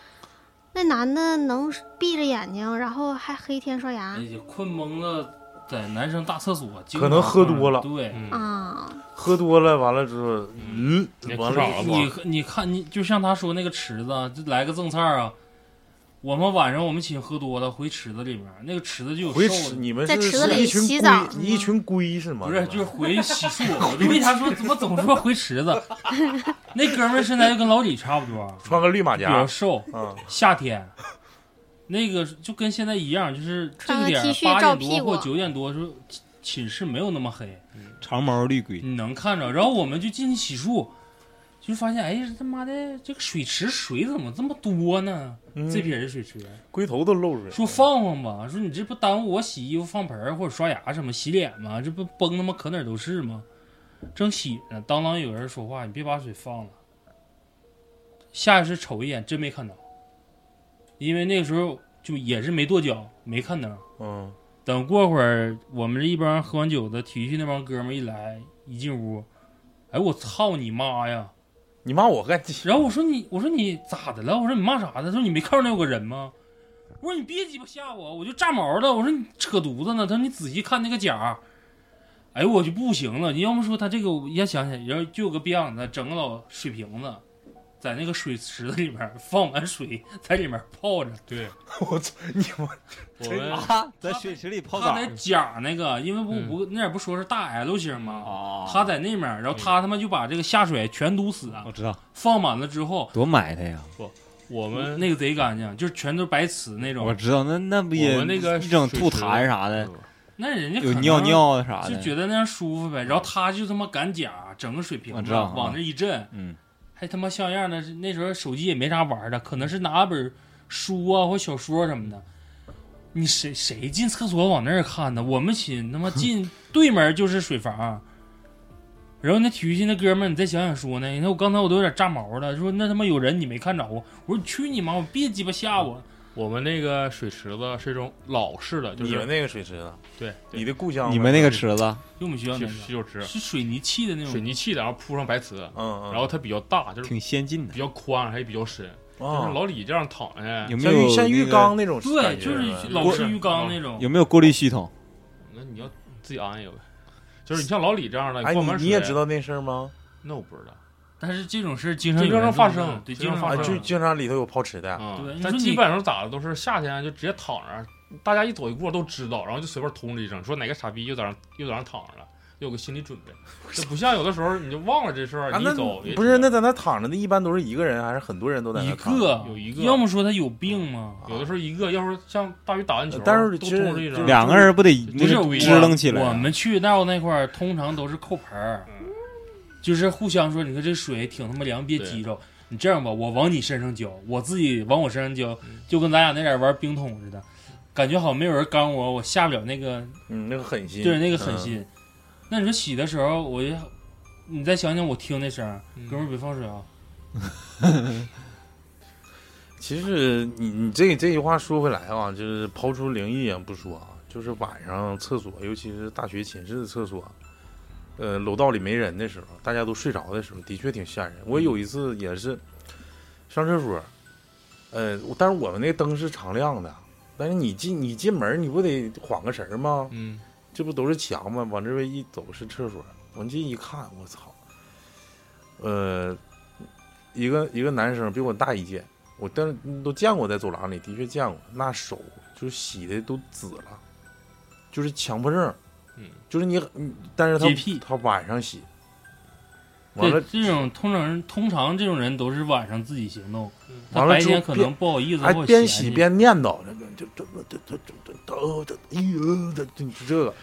Speaker 5: 那男的能闭着眼睛，然后还黑天刷牙
Speaker 4: 而且哎困懵了，在男生大厕所经
Speaker 2: 可能
Speaker 4: 常
Speaker 2: 喝
Speaker 4: 碰
Speaker 2: 多
Speaker 4: 上
Speaker 2: 了
Speaker 4: 对，
Speaker 7: 嗯，
Speaker 5: 啊，
Speaker 2: 喝多了完了之后，嗯，
Speaker 7: 连
Speaker 2: 完
Speaker 7: 裤
Speaker 2: 了
Speaker 7: 衩子
Speaker 4: 你
Speaker 7: 吧
Speaker 4: 你看，你就像他说那个池子啊，就来个赠菜儿啊。我们晚上我们寝喝多了，回池子里面，那个池子就有
Speaker 2: 回
Speaker 4: 瘦
Speaker 2: 池
Speaker 4: 的，
Speaker 2: 你们
Speaker 5: 在
Speaker 2: 是
Speaker 5: 池子
Speaker 2: 是
Speaker 5: 里
Speaker 2: 一群
Speaker 5: 洗
Speaker 2: 龟
Speaker 5: 澡是吗
Speaker 2: 一群龟是吗？
Speaker 4: 不是就是回 洗漱。我就为啥说怎么总说回池子？那哥们儿身材就跟老李差不多，
Speaker 2: 穿个绿马
Speaker 4: 比较
Speaker 2: 甲，
Speaker 4: 瘦，
Speaker 2: 嗯，
Speaker 4: 夏天。那个就跟现在一样，就是这
Speaker 5: 穿
Speaker 4: 个
Speaker 5: 个
Speaker 4: 点
Speaker 5: T
Speaker 4: 儿
Speaker 5: 恤
Speaker 4: 八
Speaker 5: 罩
Speaker 4: 点
Speaker 5: 屁
Speaker 4: 多
Speaker 5: 股
Speaker 4: 或九点多的时候，寝寝室没有那么黑，
Speaker 6: 长毛绿
Speaker 2: 嗯
Speaker 6: 龟，
Speaker 4: 你能看着。然后我们就进去洗漱，就发现哎，他妈的这个水池水怎么这么多呢？
Speaker 2: 嗯
Speaker 4: 这撇人水池，
Speaker 2: 龟头都露出来了，
Speaker 4: 说放放吧，说你这不耽误我洗衣服、放盆儿或者刷牙什么、洗脸吗？这不崩他妈可哪儿都是吗？正洗呢，当当有人说话，你别把水放了。下意识瞅一眼，真没看着，因为那个时候就也是没跺脚，没看灯。
Speaker 2: 嗯，
Speaker 4: 等过会儿我们这一帮喝完酒的体育系那帮哥们儿一来，一进屋，哎我操你妈呀！
Speaker 2: 你骂我干鸡，
Speaker 4: 然后我说你，我说你咋的了？我说你骂啥呢？他说你没看出来有个人吗？我说你别鸡巴吓我，我就炸毛了。我说你扯犊子呢。他说你仔细看那个甲儿，哎呦我就不行了。你要么说他这个，我一下想起来，然后就有个逼样子，整个老水瓶子，在那个水池子里面放满水，在里面泡着。
Speaker 7: 对，
Speaker 2: 我操你妈！
Speaker 7: 我们
Speaker 6: 啊，在水池里泡
Speaker 4: 他
Speaker 6: 澡
Speaker 4: 在甲那个，因为不
Speaker 7: 嗯
Speaker 4: 不那点不说是大 L 型吗？
Speaker 6: 啊
Speaker 4: 他在那面，然后他他妈就把这个下水全堵死啊
Speaker 6: 我，知道
Speaker 4: 放满了之后，
Speaker 6: 多埋汰呀！
Speaker 7: 我们
Speaker 4: 那个贼干净，就是全都白瓷那
Speaker 6: 我
Speaker 4: 种。
Speaker 6: 知道，那那不
Speaker 7: 我
Speaker 6: 也
Speaker 7: 们那个
Speaker 6: 一整
Speaker 7: 水
Speaker 6: 吐
Speaker 7: 池
Speaker 6: 痰啥
Speaker 2: 哎
Speaker 6: 的，
Speaker 2: 啊
Speaker 4: 那人家可
Speaker 6: 有
Speaker 4: 能
Speaker 6: 尿尿啊的啥
Speaker 4: 就
Speaker 6: 的，
Speaker 4: 觉得那样舒服呗。然后他就他妈赶甲，整个水瓶
Speaker 6: 我
Speaker 4: 子
Speaker 6: 知道
Speaker 4: 往那一震，
Speaker 6: 嗯，
Speaker 4: 还他妈像样的。那时候手机也没啥玩的，可能是拿本书啊或小说什么的。你谁谁进厕所往那儿看呢？我们寝他 妈进对门就是水房。然后那体育系那哥们儿，你再想想说呢？你看我刚才我都有点炸毛了，说那他妈有人你没看着我，我说去你妈，我别鸡巴吓我。
Speaker 7: 我们那个水池子是一种老式的，就
Speaker 2: 你们
Speaker 7: 是
Speaker 2: 那个水池子，
Speaker 7: 对对
Speaker 2: 你的故乡呗，
Speaker 6: 你们那个池子
Speaker 4: 就我们学校那
Speaker 7: 洗
Speaker 4: 个
Speaker 7: 洗手池，
Speaker 4: 是水泥砌的那种
Speaker 7: 水，泥砌的，然后铺上白瓷，
Speaker 2: 嗯嗯，
Speaker 7: 然后它比较大，就是
Speaker 6: 挺先进的
Speaker 7: 比，较宽，还比较深，就
Speaker 2: 啊
Speaker 7: 是老李这样躺下
Speaker 6: 有，没
Speaker 2: 像
Speaker 6: 有
Speaker 2: 浴嗯像浴
Speaker 6: 那个？
Speaker 2: 缸那种
Speaker 4: 对，
Speaker 2: 感觉呃
Speaker 4: 就是
Speaker 2: 呗
Speaker 4: 老式浴缸那种。
Speaker 6: 有没有过滤系统？
Speaker 7: 那你要自己安一个呗。就是你像老李这样的，
Speaker 2: 哎，
Speaker 7: 灌满
Speaker 2: 你
Speaker 7: 水
Speaker 2: 你也知？道那事儿吗？
Speaker 7: 那我不知道。
Speaker 4: 但是这种事儿经常有
Speaker 7: 经常
Speaker 4: 人
Speaker 7: 发
Speaker 4: 这么
Speaker 7: 生
Speaker 4: 干对，
Speaker 7: 经
Speaker 4: 经
Speaker 7: 常
Speaker 2: 啊，
Speaker 4: 发
Speaker 7: 发
Speaker 4: 生
Speaker 7: 生
Speaker 2: 就经常里头有泡池的，
Speaker 7: 啊
Speaker 4: 对你
Speaker 7: 但
Speaker 4: 说
Speaker 7: 基
Speaker 4: 你
Speaker 7: 本上咋的都是夏天就直接躺着，大家一走一过都知道，然后就随便通知一声，说哪个傻逼又在那又在那躺着了，有个心理准备。这不像有的时候你就忘了这事儿，
Speaker 2: 啊，
Speaker 7: 你
Speaker 2: 那
Speaker 7: 一走也
Speaker 2: 不是
Speaker 7: 知道
Speaker 2: 那在那躺着的，一般都是一个人还是很多人都在那
Speaker 4: 一
Speaker 2: 躺着？
Speaker 4: 个
Speaker 7: 有一个
Speaker 4: 要么说他有病吗？
Speaker 7: 有的时候一个，要是像大鱼打篮球，
Speaker 2: 呃但是
Speaker 7: 都
Speaker 2: 其实
Speaker 7: 通知一
Speaker 2: 就
Speaker 7: 声
Speaker 2: 是，
Speaker 6: 两个人不得
Speaker 7: 不
Speaker 6: 那
Speaker 7: 是
Speaker 6: 个
Speaker 7: 我
Speaker 6: 支棱起来啊？
Speaker 4: 我们去道那块儿通常都是扣盆儿，就是互相说，你看这水挺他妈凉，别
Speaker 7: 对
Speaker 4: 激着。你这样吧，我往你身上浇，我自己往我身上浇，就跟咱俩那点儿玩冰桶似的，感觉好像没有人刚我，我下不了那个
Speaker 2: 嗯，那个狠心，
Speaker 4: 对，那个狠心。那你说洗的时候，我就你再想想，我听那声儿，
Speaker 7: 嗯
Speaker 4: 哥们儿别放水啊！
Speaker 2: 嗯。其实你你这这句话说回来啊，就是刨出灵异啊不说啊，就是晚上厕所，尤其是大学寝室的厕所，呃，楼道里没人的时候，大家都睡着的时候，的确挺吓人。我有一次也是上厕所，呃，我但是我们那灯是常亮的，但是你进你进门你不得晃个神儿吗？
Speaker 7: 嗯，
Speaker 2: 这不都是墙吗？往这边一走是厕所，往进一看，我操！呃，一个一个男生比我大一届，我但是都见过，在走廊里的确见过，那手就是洗的都紫了，就是强迫症，
Speaker 7: 嗯，
Speaker 2: 就是你，你但是他
Speaker 4: 洁癖
Speaker 2: 他晚上洗，完
Speaker 4: 对
Speaker 2: 了，
Speaker 4: 这种通常通常这种人都是晚上自己行动，他
Speaker 2: 完了
Speaker 4: 白
Speaker 2: 之后
Speaker 4: 天可能不好意思，
Speaker 2: 还
Speaker 4: 或者
Speaker 2: 边
Speaker 4: 嫌
Speaker 2: 洗
Speaker 4: 弃
Speaker 2: 边念叨，这这这这这这这这哎呦这这这个，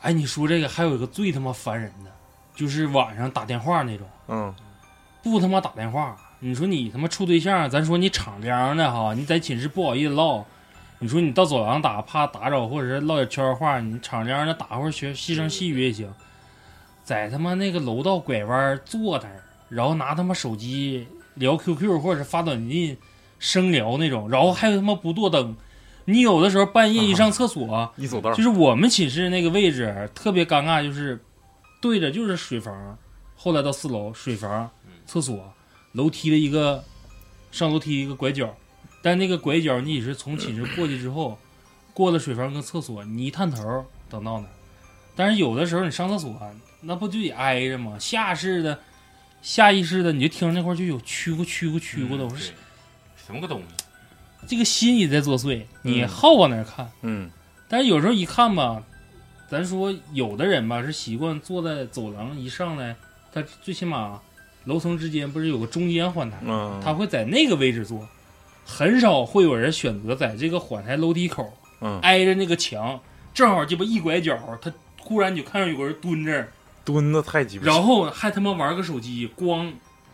Speaker 4: 哎，你说这个还有一个最他妈烦人的，就是晚上打电话那种，
Speaker 2: 嗯，
Speaker 4: 不他妈打电话。你说你他妈处对象，咱说你敞亮的哈，你在寝室不好意思唠，你说你到走廊打，怕打扰或者是唠点悄悄话，你敞亮的打会儿学细声细语也行，在他妈那个楼道拐弯儿坐那儿，然后拿他妈手机聊 QQ 或者是发短信生聊那种，然后还有他妈不坐等，你有的时候半夜一上厕所。
Speaker 2: 一走道
Speaker 4: 就是我们寝室那个位置特别尴尬，就是对着就是水房，后来到四楼水房、厕所、楼梯的一个上楼梯一个拐角，但那个拐角你也是从寝室过去之后，过了水房跟厕所，你一探头等到那儿。但是有的时候你上厕所，那不就得挨着吗？下式的、下意识的你就听着那块儿就有屈咕屈咕屈咕的，我
Speaker 7: 嗯对
Speaker 4: 说
Speaker 7: 什么个东西？
Speaker 4: 这个心也在作祟，你
Speaker 2: 嗯
Speaker 4: 好往哪儿看？
Speaker 2: 嗯
Speaker 4: 但是有时候一看吧，咱说有的人吧是习惯坐在走廊，一上来，他最起码楼层之间不是有个中间换台，
Speaker 2: 嗯，
Speaker 4: 他会在那个位置坐，很少会有人选择在这个缓台楼梯口
Speaker 2: 嗯
Speaker 4: 挨着那个墙，正好鸡巴一拐角，他忽然就看着有个人蹲这儿，
Speaker 2: 蹲的太鸡巴，
Speaker 4: 然后还他妈玩个手机，咣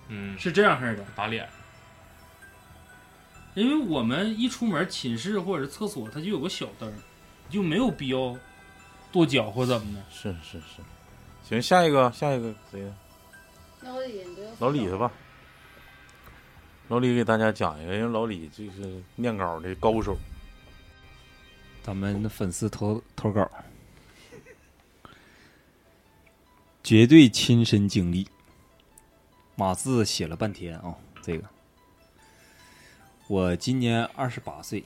Speaker 7: 嗯，
Speaker 4: 是这样式的。
Speaker 7: 打脸。
Speaker 4: 因为我们一出门，寝室或者是厕所它就有个小灯儿，就没有必要跺脚或怎么的。
Speaker 2: 是是是，行，下一个下一个谁？
Speaker 3: 老李，你都
Speaker 2: 老李的吧。老李给大家讲一个，因为老李就是念稿的高手。
Speaker 6: 咱们的粉丝投投稿，绝对亲身经历。码字写了半天啊、这个我今年二十八岁，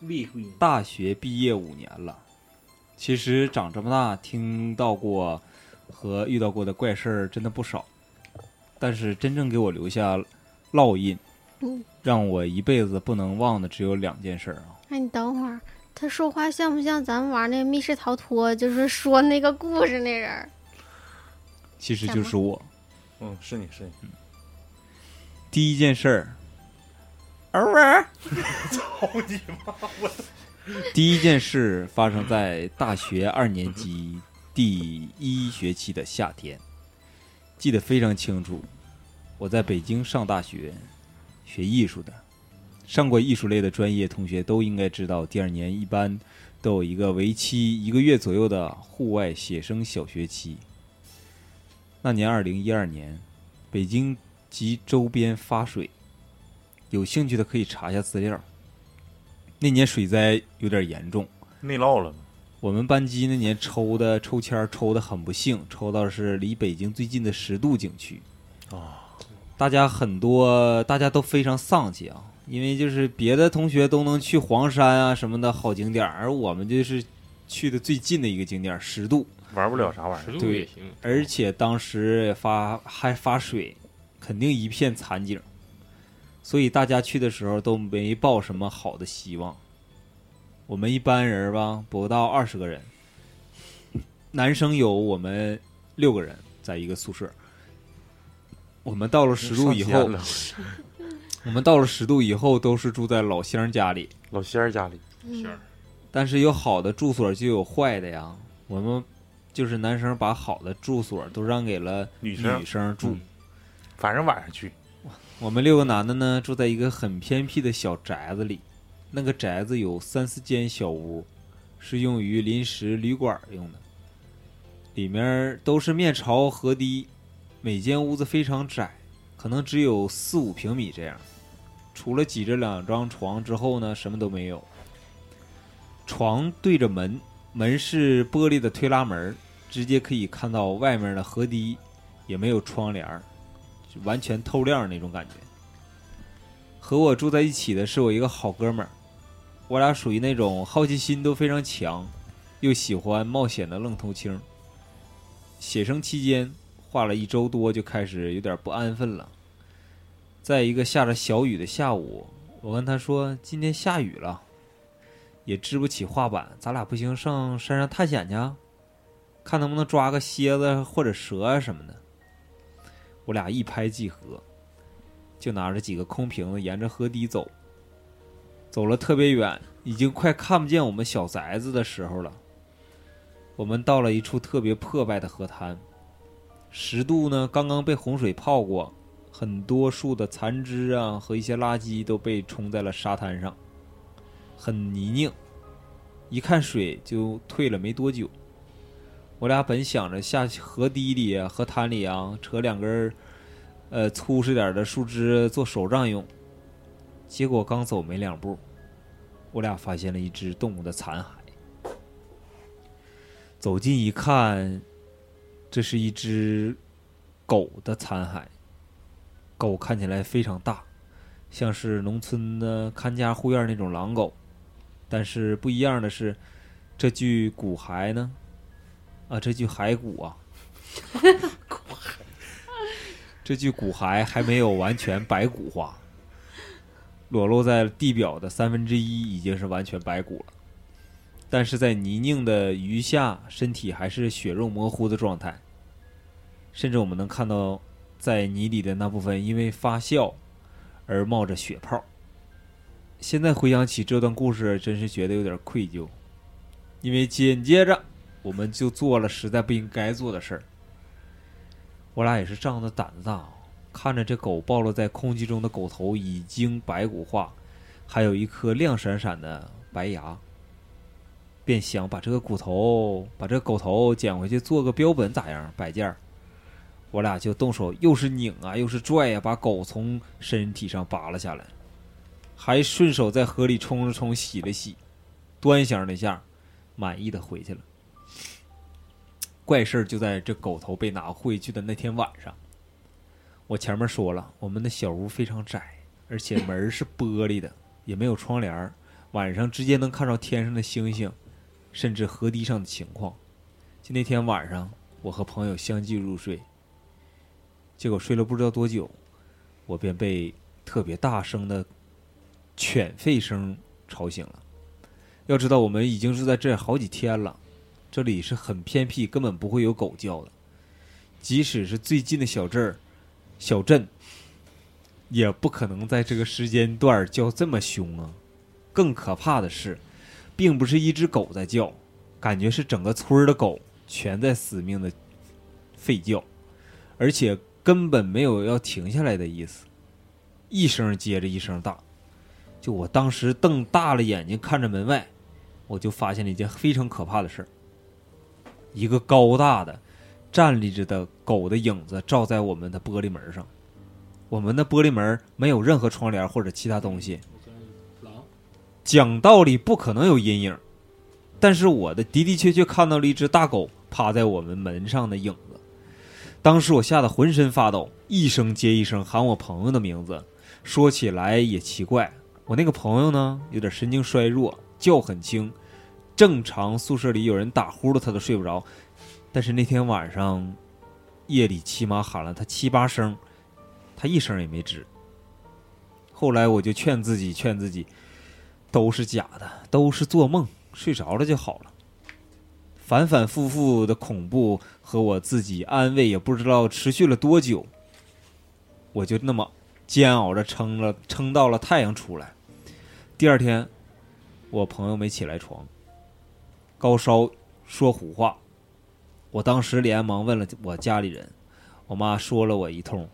Speaker 4: 未婚
Speaker 6: 大学毕业五年了。其实长这么大，听到过和遇到过的怪事儿真的不少。但是真正给我留下烙印
Speaker 5: 嗯，
Speaker 6: 让我一辈子不能忘的只有两件事儿啊。
Speaker 5: 哎，你等会儿，他说话像不像咱们玩那个密室逃脱，就是说那个故事那人儿？
Speaker 6: 其实
Speaker 5: 什
Speaker 6: 就
Speaker 5: 么
Speaker 6: 是我
Speaker 2: 嗯，是你是你，
Speaker 6: 第一件事儿，偶尔，操你妈！我第一件事发生在大学二年级第一学期的夏天，记得非常清楚。我在北京上大学，学艺术的，上过艺术类的专业同学都应该知道，第二年一般都有一个为期一个月左右的户外写生小学期。那年二零一二年，北京及周边发水。有兴趣的可以查一下资料。那年水灾有点严重，
Speaker 2: 内涝了吗？
Speaker 6: 我们班级那年抽的抽签儿抽的很不幸，抽到是离北京最近的十渡景区。啊，大家很多大家都非常丧气啊，因为就是别的同学都能去黄山啊什么的好景点儿，而我们就是去的最近的一个景点儿十渡。
Speaker 2: 玩不了啥玩意
Speaker 7: 十
Speaker 2: 儿，
Speaker 7: 度
Speaker 6: 对
Speaker 7: 也行，
Speaker 6: 而且当时发还发水，肯定一片惨景，所以大家去的时候都没抱什么好的希望。我们一班人吧，不到二十个人，男生有我们六个人在一个宿舍。我们到了十度以
Speaker 2: 上
Speaker 6: 后
Speaker 2: 天，了
Speaker 6: 我们到了十度以后都是住在老乡家里，
Speaker 2: 老仙儿家里，
Speaker 7: 仙儿
Speaker 6: 但是有好的住所就有坏的呀。我们就是男生把好的住所都让给了
Speaker 2: 女生
Speaker 6: 女生住，
Speaker 2: 嗯反正晚上去，
Speaker 6: 我们六个男的呢，住在一个很偏僻的小宅子里，那个宅子有三四间小屋，是用于临时旅馆用的，里面都是面朝河堤，每间屋子非常窄，可能只有四五平米这样。除了挤着两张床之后呢，什么都没有。床对着门，门是玻璃的推拉门，直接可以看到外面的河堤，也没有窗帘儿。就完全透亮那种感觉。和我住在一起的是我一个好哥们儿，我俩属于那种好奇心都非常强，又喜欢冒险的愣头青。写生期间画了一周多，就开始有点不安分了。在一个下着小雨的下午，我跟他说：“今天下雨了，也支不起画板，咱俩不行，上山上探险去啊，看能不能抓个蝎子或者蛇啊什么的。”我俩一拍即合，就拿着几个空瓶子沿着河堤走。走了特别远，已经快看不见我们小宅子的时候了。我们到了一处特别破败的河滩，十渡呢刚刚被洪水泡过，很多树的残枝啊和一些垃圾都被冲在了沙滩上，很泥泞。一看水就退了没多久，我俩本想着下河堤里啊、河滩里啊，扯两根儿，呃，粗实点儿的树枝做手杖用。结果刚走没两步，我俩发现了一只动物的残骸。走近一看，这是一只狗的残骸。狗看起来非常大，像是农村的看家护院那种狼狗。但是不一样的是，这具骨骸呢，啊，这具骸骨啊，这具骨骸还没有完全白骨化，裸露在地表的三分之一已经是完全白骨了，但是在泥泞的余下，身体还是血肉模糊的状态，甚至我们能看到在泥里的那部分因为发酵而冒着血泡。现在回想起这段故事，真是觉得有点愧疚，因为紧接着我们就做了实在不应该做的事儿。我俩也是仗着胆子大啊，看着这狗暴露在空气中的狗头已经白骨化，还有一颗亮闪闪的白牙，便想把这个骨头，把这个狗头捡回去做个标本咋样？摆件儿。我俩就动手，又是拧啊，又是拽呀、把狗从身体上扒拉下来，还顺手在河里冲了冲，洗了洗，端详了一下，满意的回去了。怪事儿就在这狗头被拿回去的那天晚上。我前面说了，我们的小屋非常窄，而且门儿是玻璃的，也没有窗帘儿，晚上直接能看到天上的星星，甚至河堤上的情况。就那天晚上，我和朋友相继入睡，结果睡了不知道多久，我便被特别大声的犬吠声吵醒了。要知道，我们已经是在这儿好几天了，这里是很偏僻，根本不会有狗叫的。即使是最近的小镇儿、小镇，也不可能在这个时间段儿叫这么凶啊！更可怕的是，并不是一只狗在叫，感觉是整个村儿的狗全在死命的吠叫，而且根本没有要停下来的意思，一声接着一声大。就我当时瞪大了眼睛看着门外，我就发现了一件非常可怕的事儿：一个高大的、站立着的狗的影子照在我们的玻璃门上。我们的玻璃门没有任何窗帘或者其他东西，
Speaker 4: 狼，
Speaker 6: 讲道理不可能有阴影，但是我的的的确确看到了一只大狗趴在我们门上的影子。当时我吓得浑身发抖，一声接一声喊我朋友的名字。说起来也奇怪，我那个朋友呢，有点神经衰弱，觉很轻，正常宿舍里有人打呼噜他都睡不着，但是那天晚上，夜里起码喊了他七八声，他一声也没吱。后来我就劝自己，劝自己，都是假的，都是做梦，睡着了就好了。反反复复的恐怖和我自己安慰，也不知道持续了多久，我就那么煎熬着撑了，撑到了太阳出来。第二天，我朋友没起来床，高烧说胡话，我当时连忙问了我家里人，我妈说了我一通，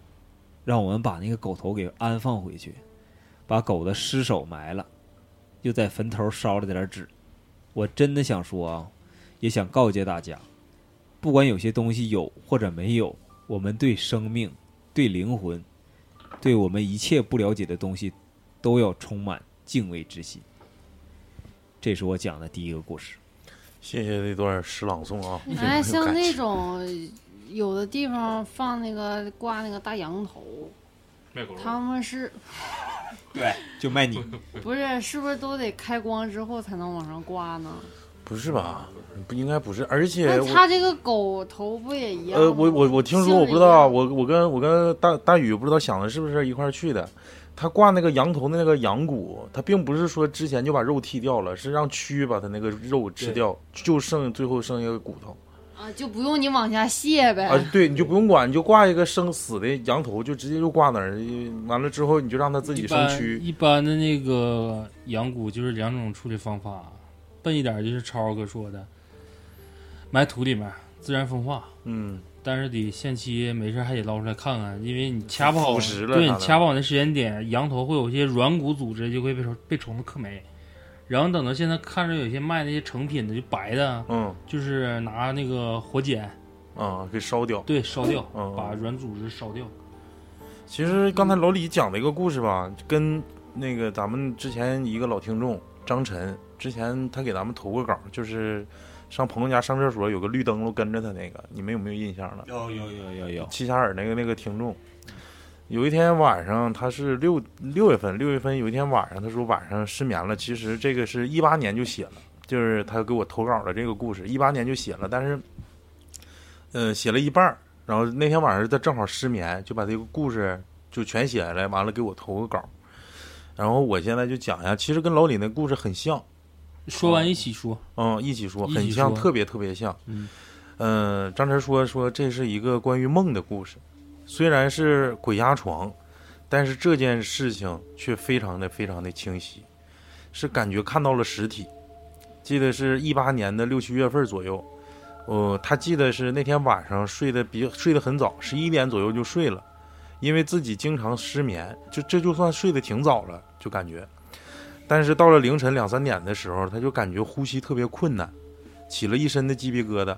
Speaker 6: 让我们把那个狗头给安放回去，把狗的尸首埋了，又在坟头烧了点儿纸。我真的想说啊，也想告诫大家，不管有些东西有或者没有，我们对生命、对灵魂对我们一切不了解的东西，都要充满敬畏之心。这是我讲的第一个故事。
Speaker 2: 谢谢这段诗朗诵啊！
Speaker 3: 哎，像那
Speaker 2: 那
Speaker 3: 种有的地方放那个挂那个大羊头，
Speaker 7: 卖
Speaker 2: 哦
Speaker 7: 狗肉
Speaker 3: 他们是
Speaker 6: 对，就卖你。
Speaker 3: 不是是不是都得开光之后才能往上挂呢？
Speaker 2: 不是吧？不应该不是，而且
Speaker 3: 那
Speaker 2: 哎我
Speaker 3: 它这个狗头不也一样吗？
Speaker 2: 呃，我我我听
Speaker 3: 性
Speaker 2: 说，
Speaker 3: 质
Speaker 2: 我不知
Speaker 3: 一
Speaker 2: 道，
Speaker 3: 样
Speaker 2: 我我跟我跟大大宇不知道想的是不是一块儿去的。他挂那个羊头的那个羊骨，他并不是说之前就把肉剔掉了，是让蛆把他那个肉吃掉，就剩最后剩一个骨头
Speaker 3: 啊，就不用你往下卸呗。
Speaker 2: 啊。对，你就不用管，你就挂一个生死的羊头，就直接就挂那儿。完了之后，你就让它自己
Speaker 4: 一
Speaker 2: 生
Speaker 4: 般
Speaker 2: 蛆。
Speaker 4: 一般的那个羊骨就是两种处理方法，笨一点就是超哥说的，埋土里面自然风化，
Speaker 2: 嗯，
Speaker 4: 但是得限期没事还得捞出来看看，因为你掐不好
Speaker 2: 腐蚀，了
Speaker 4: 对
Speaker 2: 啥的
Speaker 4: 你掐不好那时间点，羊头会有一些软骨组织就会被虫被虫子克没。然后等到现在看着有些卖那些成品的，就白的，
Speaker 2: 嗯
Speaker 4: 就是拿那个火碱
Speaker 2: 啊，给烧掉。
Speaker 4: 对烧掉，
Speaker 2: 嗯
Speaker 4: 把软组织烧掉。
Speaker 2: 其实刚才老李讲的一个故事吧，跟那个咱们之前一个老听众张晨，之前他给咱们投过稿，就是上朋友家上厕所有个绿灯笼跟着他那个，你们有没有印象了？
Speaker 6: 有有有有有，
Speaker 2: 齐齐哈尔那个那个听众，有一天晚上他是六六月份，六月份有一天晚上，他说晚上失眠了。其实这个是一八年就写了，就是他给我投稿的这个故事，一八年就写了，但是，呃，写了一半儿，然后那天晚上他正好失眠，就把这个故事就全写下来，完了给我投个稿。然后我现在就讲一下，其实跟老李那故事很像，
Speaker 4: 说完一起说，
Speaker 2: 嗯，一起说，
Speaker 4: 一起
Speaker 2: 很像，
Speaker 4: 说
Speaker 2: 特别特别像。
Speaker 4: 嗯，
Speaker 2: 呃，张晨说说这是一个关于梦的故事，虽然是鬼压床，但是这件事情却非常的非常的清晰，是感觉看到了实体。记得是一八年的六七月份左右，呃，他记得是那天晚上睡得比睡得很早，十一点左右就睡了，因为自己经常失眠，就这就算睡得挺早了，就感觉。但是到了凌晨两三点的时候，他就感觉呼吸特别困难，起了一身的鸡皮疙瘩，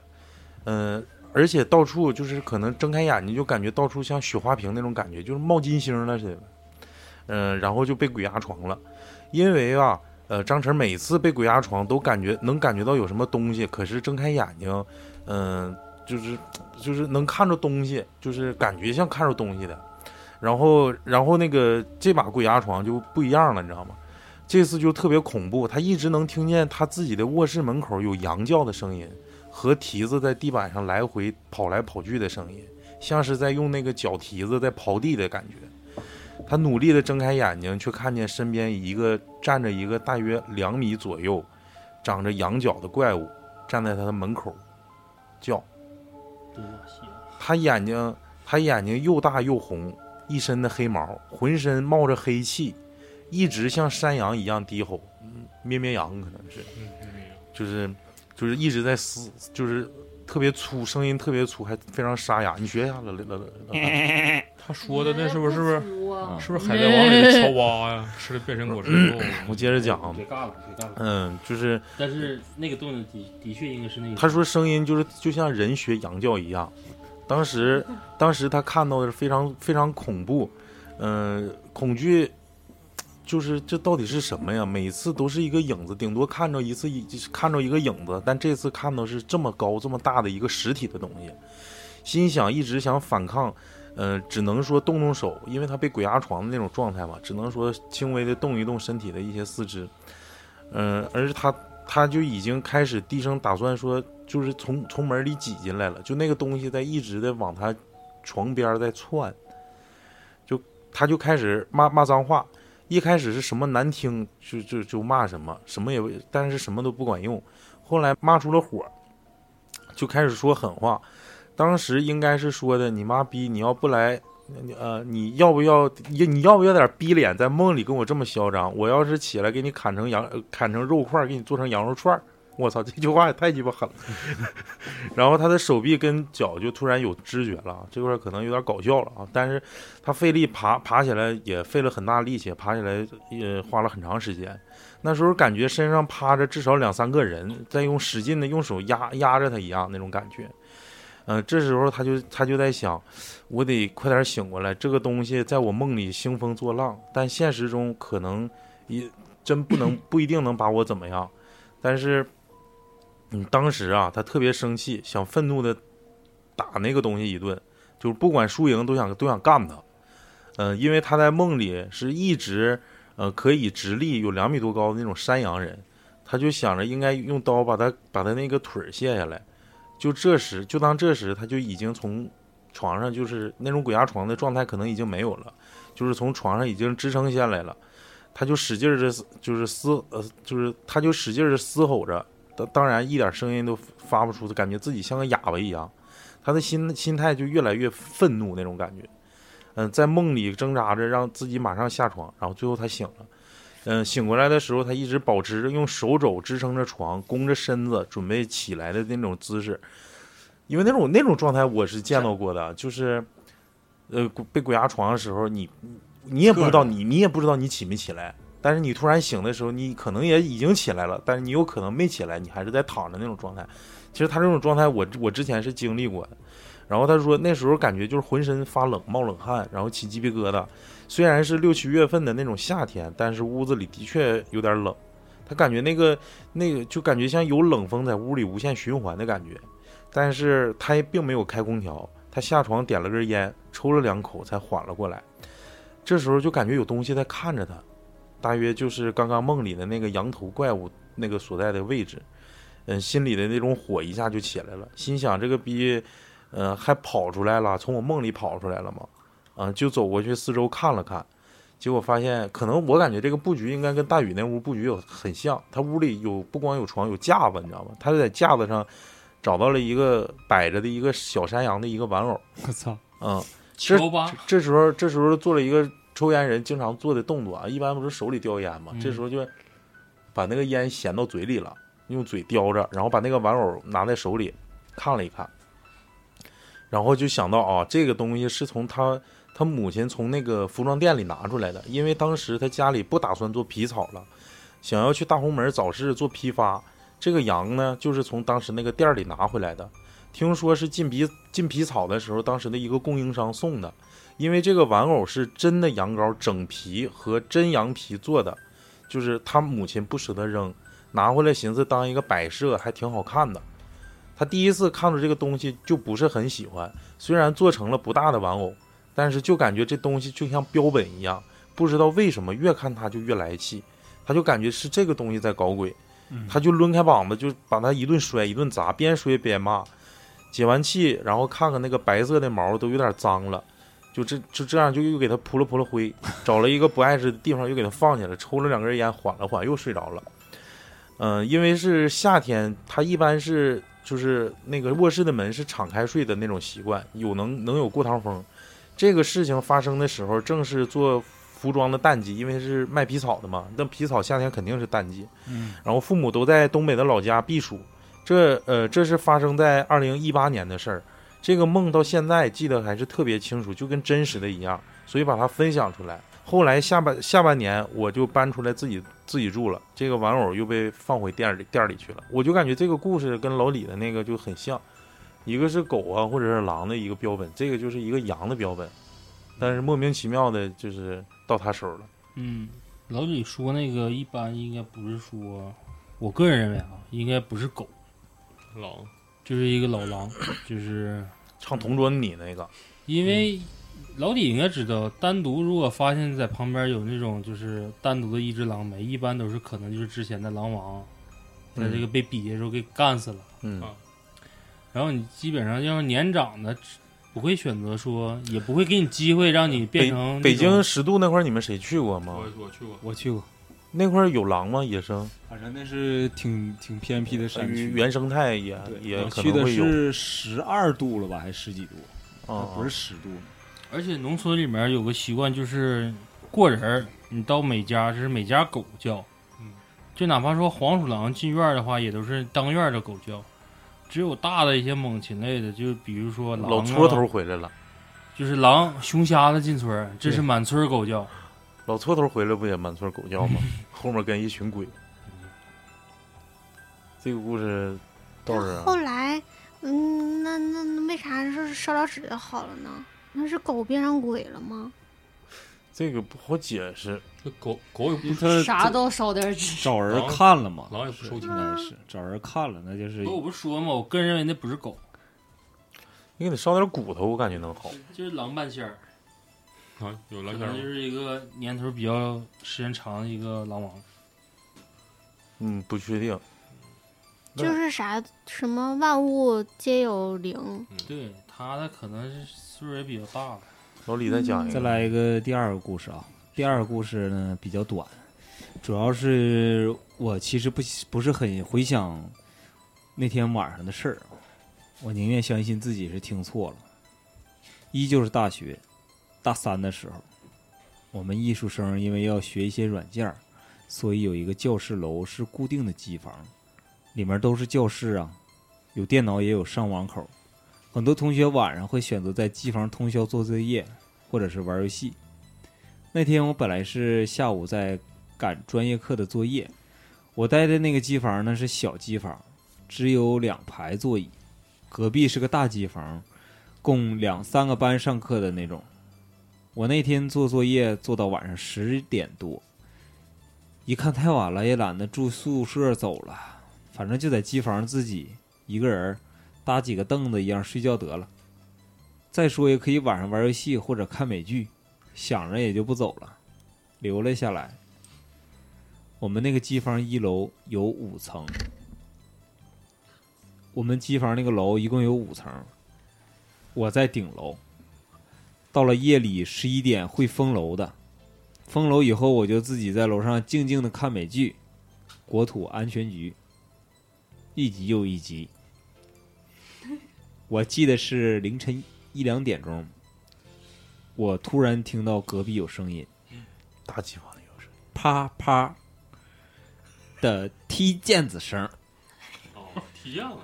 Speaker 2: 嗯、而且到处就是可能睁开眼睛就感觉到处像雪花屏那种感觉，就是冒金星了似的，嗯、然后就被鬼压床了，因为啊，呃，张晨每次被鬼压床都感觉能感觉到有什么东西，可是睁开眼睛，嗯、就是就是能看着东西，就是感觉像看着东西的，然后然后那个这把鬼压床就不一样了，你知道吗？这次就特别恐怖，他一直能听见他自己的卧室门口有羊叫的声音和蹄子在地板上来回跑来跑去的声音，像是在用那个脚蹄子在刨地的感觉。他努力地睁开眼睛，却看见身边一个站着一个大约两米左右、长着羊角的怪物，站在他的门口叫。
Speaker 4: 多纳西亚
Speaker 2: 他眼睛，他眼睛又大又红，一身的黑毛，浑身冒着黑气，一直像山羊一样低吼，嗯咩咩羊可能是，就是就是一直在嘶，就是特别粗，声音特别粗，还非常沙哑。你学一下了，了了了，
Speaker 7: 他说的那是不是是
Speaker 3: 哎
Speaker 7: 不是
Speaker 6: 啊
Speaker 3: 是？
Speaker 7: 是不是海贼王里的乔蛙呀？吃了变身果之后，
Speaker 6: 嗯
Speaker 2: 我接着讲啊，
Speaker 4: 别尬了，别尬了。
Speaker 2: 嗯，就是
Speaker 4: 但是那个动作的的确应该是那个。
Speaker 2: 他说声音就是就像人学羊叫一样，当时当时他看到的是非常非常恐怖，嗯、恐惧，就是这到底是什么呀？每次都是一个影子，顶多看着一次一就是看着一个影子，但这次看到是这么高这么大的一个实体的东西，心想一直想反抗。呃，只能说动动手，因为他被鬼压床的那种状态嘛，只能说轻微的动一动身体的一些四肢，嗯、而他他就已经开始低声打算说，就是从从门里挤进来了，就那个东西在一直在往他床边儿在窜，就他就开始骂骂脏话，一开始是什么难听就就就骂什么，什么也不但是什么都不管用，后来骂出了火，就开始说狠话，当时应该是说的你妈逼，你要不来。呃，你要不要？你你要不要点逼脸？在梦里跟我这么嚣张？我要是起来给你砍成羊，呃砍成肉块儿，给你做成羊肉串儿我操，这句话也太鸡巴狠了。然后他的手臂跟脚就突然有知觉了，啊这块儿可能有点搞笑了啊。但是他费力爬爬起来也费了很大力气，爬起来也花了很长时间。那时候感觉身上趴着至少两三个人，在用使劲的用手压压着他一样那种感觉。嗯、这时候他就他就在想，我得快点醒过来，这个东西在我梦里兴风作浪，但现实中可能也真不能不一定能把我怎么样。但是，嗯，当时啊，他特别生气，想愤怒的打那个东西一顿，就是不管输赢都想都想干他。嗯、因为他在梦里是一直呃可以直立有两米多高的那种山羊人，他就想着应该用刀把他把他那个腿儿卸下来。就这时，就当这时，他就已经从床上就是那种鬼压床的状态，可能已经没有了，就是从床上已经支撑下来了。他就使劲儿的，就是嘶，呃，就是他就使劲儿的嘶吼着，当当然一点声音都发不出，感觉自己像个哑巴一样。他的心心态就越来越愤怒那种感觉。嗯、在梦里挣扎着，让自己马上下床，然后最后他醒了。嗯、醒过来的时候，他一直保持着用手肘支撑着床，弓着身子准备起来的那种姿势，因为那种那种状态我是见到过的，就是，呃，被鬼压床的时候，你你也不知道你你也不知道你起没起来，但是你突然醒的时候，你可能也已经起来了，但是你有可能没起来，你还是在躺着那种状态。其实他这种状态我，我之前是经历过的。然后他说那时候感觉就是浑身发冷，冒冷汗，然后起鸡皮疙瘩。虽然是六七月份的那种夏天，但是屋子里的确有点冷。他感觉那个那个就感觉像有冷风在屋里无限循环的感觉，但是他也并没有开空调。他下床点了根烟，抽了两口才缓了过来。这时候就感觉有东西在看着他，大约就是刚刚梦里的那个羊头怪物那个所在的位置。嗯，心里的那种火一下就起来了，心想这个逼，呃，还跑出来了，从我梦里跑出来了吗？啊、就走过去四周看了看，结果发现，可能我感觉这个布局应该跟大宇那屋布局有很像。他屋里有不光有床，有架子，你知道吗？他就在架子上找到了一个摆着的一个小山羊的一个玩偶，
Speaker 6: 我操，
Speaker 2: 嗯，这
Speaker 4: 乔巴
Speaker 2: 这时候这时候做了一个抽烟人经常做的动作啊，一般不是手里叼烟嘛，
Speaker 4: 嗯
Speaker 2: 这时候就把那个烟衔到嘴里了，用嘴叼着，然后把那个玩偶拿在手里看了一看，然后就想到啊，这个东西是从他他母亲从那个服装店里拿出来的，因为当时他家里不打算做皮草了，想要去大红门早市做批发。这个羊呢，就是从当时那个店儿里拿回来的。听说是进皮进皮草的时候，当时的一个供应商送的，因为这个玩偶是真的羊羔整皮和真羊皮做的，就是他母亲不舍得扔，拿回来寻思当一个摆设还挺好看的。他第一次看到这个东西就不是很喜欢，虽然做成了不大的玩偶，但是就感觉这东西就像标本一样，不知道为什么越看它就越来气，他就感觉是这个东西在搞鬼，他就抡开膀子就把他一顿摔一顿砸，边摔边骂。解完气，然后看看那个白色的毛都有点脏了，就这就这样就又给它扑了扑了灰，找了一个不碍事的地方又给它放下了，抽了两根烟缓了缓，又睡着了。嗯、因为是夏天，它一般是就是那个卧室的门是敞开睡的那种习惯，有能能有过堂风。这个事情发生的时候，正是做服装的淡季，因为是卖皮草的嘛，那皮草夏天肯定是淡季。
Speaker 6: 嗯，
Speaker 2: 然后父母都在东北的老家避暑。这呃，这是发生在二零一八年的事儿。这个梦到现在记得还是特别清楚，就跟真实的一样，所以把它分享出来。后来下半下半年我就搬出来自己自己住了，这个玩偶又被放回店里店里去了。我就感觉这个故事跟老李的那个就很像，一个是狗啊或者是狼的一个标本，这个就是一个羊的标本，但是莫名其妙的就是到他手了。
Speaker 4: 嗯，老李说那个一般应该不是说，我个人认为啊，应该不是狗，
Speaker 7: 老
Speaker 4: 就是一个老 狼，就是
Speaker 2: 唱同桌的你那个，
Speaker 4: 因为老李应该知道，单独如果发现在旁边有那种就是单独的一只狼没，一般都是可能就是之前的狼王，在这个被比的时候给干死了。
Speaker 2: 嗯
Speaker 7: 啊
Speaker 4: 然后你基本上要是年长的，不会选择说，也不会给你机会让你变成
Speaker 2: 北
Speaker 4: 那种
Speaker 2: 京十渡那块儿你们谁去过吗？
Speaker 7: 我我去过，
Speaker 6: 我去过，
Speaker 2: 那块儿有狼吗？野生呃
Speaker 6: 反正那是挺挺偏僻的山区。
Speaker 2: 原生态也
Speaker 6: 对
Speaker 2: 也
Speaker 6: 我
Speaker 2: 可
Speaker 6: 去
Speaker 2: 能
Speaker 6: 的
Speaker 2: 会有
Speaker 6: 是十二度了吧，还是十几度？
Speaker 2: 啊，
Speaker 6: 不是十度呢。
Speaker 4: 而且农村里面有个习惯就是过人儿，你到每家这是每家狗叫，
Speaker 7: 嗯，
Speaker 4: 就哪怕说黄鼠狼进院儿的话，也都是当院儿的狗叫。只有大的一些猛禽类的，就比如说狼、啊、
Speaker 2: 老搓头回来了，
Speaker 4: 就是狼、熊瞎子进村儿，这是
Speaker 6: 对
Speaker 4: 满村儿狗叫。
Speaker 2: 老搓头回来不也满村狗叫 吗？后面跟一群鬼。这个故事到这儿
Speaker 5: 后
Speaker 2: 啊，
Speaker 5: 来，嗯，那那那为啥是烧烧纸就好了呢？那是狗变成鬼了吗？
Speaker 2: 这个不好解释。
Speaker 7: 这狗狗也不
Speaker 6: 他
Speaker 3: 啥都烧点儿纸。
Speaker 6: 找人看了嘛？
Speaker 7: 狼也不收
Speaker 6: 应
Speaker 7: 钱，
Speaker 6: 该是找人看了，那就是
Speaker 4: 不是我不是说嘛，我个人认为那不是狗，
Speaker 2: 你给你烧点骨头，我感觉能好。
Speaker 4: 就是狼半仙儿，
Speaker 7: 啊，有
Speaker 4: 可
Speaker 7: 蓝天
Speaker 4: 能就
Speaker 7: 儿
Speaker 4: 是一个年头比较时间长的一个狼王。
Speaker 2: 嗯，不确定。那
Speaker 5: 就是啥什么万物皆有灵，
Speaker 7: 嗯
Speaker 4: 对他，他可能是岁数也比较大了。
Speaker 2: 老李再讲一
Speaker 6: 嗯再
Speaker 2: 个，
Speaker 6: 来一个第二个故事啊，第二个故事呢比较短，主要是我其实不不是很回想那天晚上的事儿啊，我宁愿相信自己是听错了。依旧是大学大三的时候，我们艺术生因为要学一些软件儿，所以有一个教室楼是固定的机房，里面都是教室啊，有电脑也有上网口。很多同学晚上会选择在机房通宵做作业，或者是玩游戏。那天我本来是下午在赶专业课的作业，我待的那个机房呢是小机房，只有两排座椅，隔壁是个大机房，供两三个班上课的那种。我那天做作业做到晚上十点多，一看太晚了，也懒得住宿舍走了，反正就在机房自己一个人儿搭几个凳子一样睡觉得了。再说也可以晚上玩游戏或者看美剧，想着也就不走了，留了下来。我们那个机房一楼有五层，我们机房那个楼一共有五层，我在顶楼。到了夜里十一点会封楼的，封楼以后我就自己在楼上静静的看美剧，《国土安全局》，一集又一集。我记得是凌晨一两点钟，我突然听到隔壁有声音，
Speaker 2: 大机房里有谁？
Speaker 6: 啪啪的踢毽子声，
Speaker 7: 哦，体验了。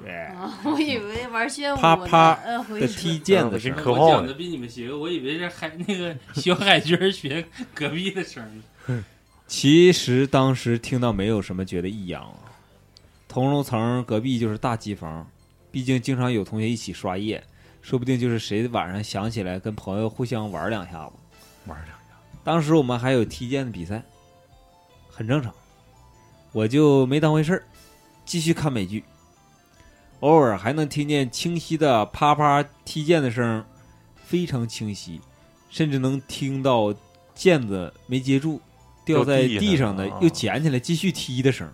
Speaker 6: 对，
Speaker 3: 啊， 我以为玩炫舞呢，
Speaker 6: 啪啪
Speaker 3: 摁回
Speaker 6: 的
Speaker 3: 水。
Speaker 6: 踢毽子
Speaker 2: 哎我寻
Speaker 6: 声
Speaker 2: 思。
Speaker 4: 我
Speaker 2: 科幻
Speaker 4: 讲的比你们邪恶，我以为是海那个小海军儿学隔壁的声儿呢。
Speaker 6: 其实当时听到没有什么觉得异样啊，同楼层隔壁就是大机房，毕竟经常有同学一起刷夜，说不定就是谁晚上想起来跟朋友互相玩两下子。
Speaker 2: 玩儿两
Speaker 6: 当时我们还有踢毽的比赛，很正常，我就没当回事儿，继续看美剧。偶尔还能听见清晰的啪啪踢毽的声儿，非常清晰，甚至能听到毽子没接住掉在
Speaker 2: 掉
Speaker 6: 地
Speaker 2: 地
Speaker 6: 上
Speaker 2: 上了
Speaker 6: 的
Speaker 2: 啊
Speaker 6: 又捡起来继续踢的声儿。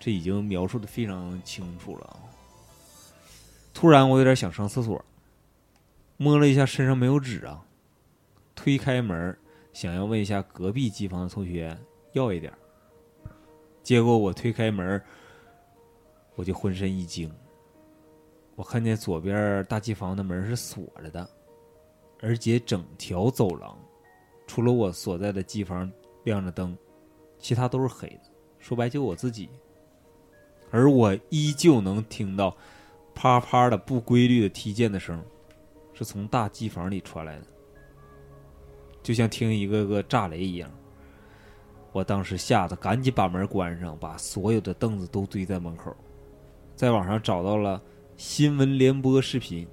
Speaker 6: 这已经描述的非常清楚了啊。突然我有点想上厕所，摸了一下身上没有纸啊，推开门儿想要问一下隔壁机房的同学要一点儿，结果我推开门儿，我就浑身一惊，我看见左边儿大机房的门是锁着的，而且整条走廊除了我所在的机房亮着灯，其他都是黑的，说白就我自己，而我依旧能听到。啪啪的不规律的踢毽的声，是从大机房里传来的，就像听一个个炸雷一样。我当时吓得赶紧把门关上，把所有的凳子都堆在门口，在网上找到了新闻联播视频，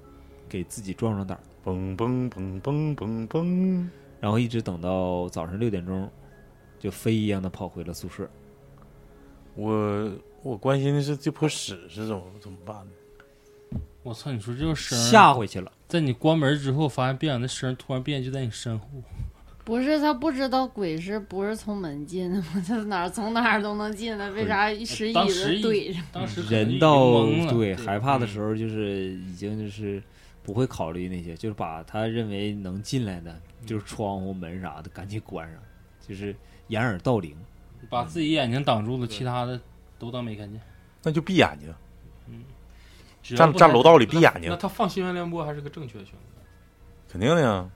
Speaker 6: 给自己壮壮胆儿。
Speaker 2: 嘣嘣嘣嘣嘣嘣，
Speaker 6: 然后一直等到早上六点钟，就飞一样的跑回了宿舍。
Speaker 2: 我我关心的是这泼屎是怎么怎么办呢？
Speaker 4: 我操！你说这个声儿，
Speaker 6: 吓回去了，
Speaker 4: 在你关门之后，发现别人的声儿突然变，就在你身后。
Speaker 3: 不是他不知道鬼是不是从门进的吗？ 他哪儿从哪儿都能进来，为啥一使椅
Speaker 4: 当时
Speaker 3: 子
Speaker 4: 一
Speaker 3: 怼着？
Speaker 4: 当时可能
Speaker 6: 人
Speaker 4: 已经
Speaker 6: 到
Speaker 4: 懵了嗯
Speaker 6: 对嗯
Speaker 4: 对
Speaker 6: 害怕的时候，就是已经就是不会考虑那些，就是把他认为能进来的，就是窗户门啥的，赶紧关上，就是掩耳盗铃。
Speaker 4: 候，把自己眼睛挡住了，其他的都当没看见。
Speaker 2: 那就闭眼睛，
Speaker 7: 只要
Speaker 2: 站
Speaker 7: 不
Speaker 2: 站
Speaker 7: 太
Speaker 2: 楼道里闭眼
Speaker 7: 那
Speaker 2: 睛，
Speaker 7: 他放新闻联播还是个正确的选择。
Speaker 2: 肯定的呀。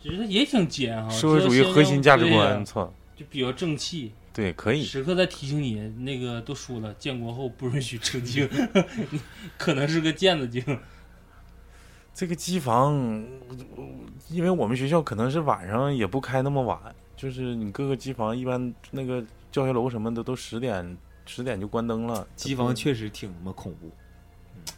Speaker 4: 其实也挺
Speaker 7: 啊
Speaker 4: 尖哈，
Speaker 2: 社会主义核心价值
Speaker 4: 对
Speaker 2: 观，哎
Speaker 4: 呀
Speaker 2: 操，
Speaker 4: 就比较正气，
Speaker 2: 对，可以。
Speaker 4: 时刻在提醒你。那个都说了，建国后不允许成精，你 可能是个腱子精。
Speaker 2: 这个机房，我我因为我们学校可能是晚上也不开那么晚，就是你各个机房一般那个教学楼什么的都十点十点就关灯了。
Speaker 6: 机房确实挺他妈恐怖，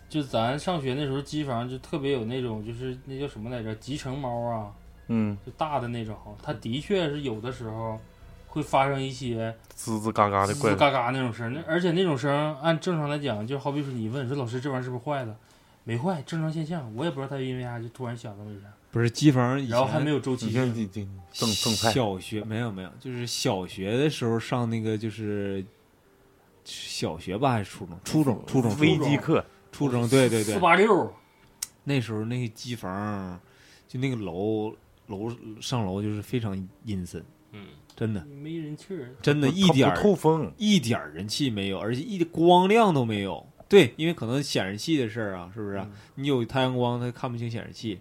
Speaker 4: 就咱上学那时候，机房就特别有那种，就是那叫什么来着，集成猫啊，
Speaker 2: 嗯，
Speaker 4: 就大的那种。它的确是有的时候会发生一些
Speaker 2: 吱吱嘎
Speaker 6: 啊
Speaker 2: 嘎的
Speaker 4: 吱
Speaker 2: 怪
Speaker 4: 吱嘎嘎那种声儿，那而且那种声儿按正常来讲，就好比说你问说老师这玩意儿是不是坏了，没坏，正常现象，我也不知道它因为啥就突然响那么一下，
Speaker 6: 不是机房以前
Speaker 4: 然后还没有周期
Speaker 2: 你看
Speaker 4: 性，
Speaker 2: 这这赠赠菜，
Speaker 6: 小学没有没有，就是小学的时候上那个就是小学吧还是初中？初中初中
Speaker 2: 危
Speaker 6: 初中
Speaker 2: 机课，
Speaker 6: 初中对对对
Speaker 4: 四，八六，
Speaker 6: 那时候那个机房就那个楼楼上楼就是非常阴森，
Speaker 7: 嗯，
Speaker 6: 真的。
Speaker 4: 没人气儿，
Speaker 6: 真的，
Speaker 2: 不
Speaker 6: 一
Speaker 2: 它
Speaker 6: 点
Speaker 2: 不
Speaker 6: 儿
Speaker 2: 透风，
Speaker 6: 一点儿人气没有，而且一点光亮都没有。对，因为可能显示器的事儿啊，是不是啊、你有太阳光，它看不清显示器。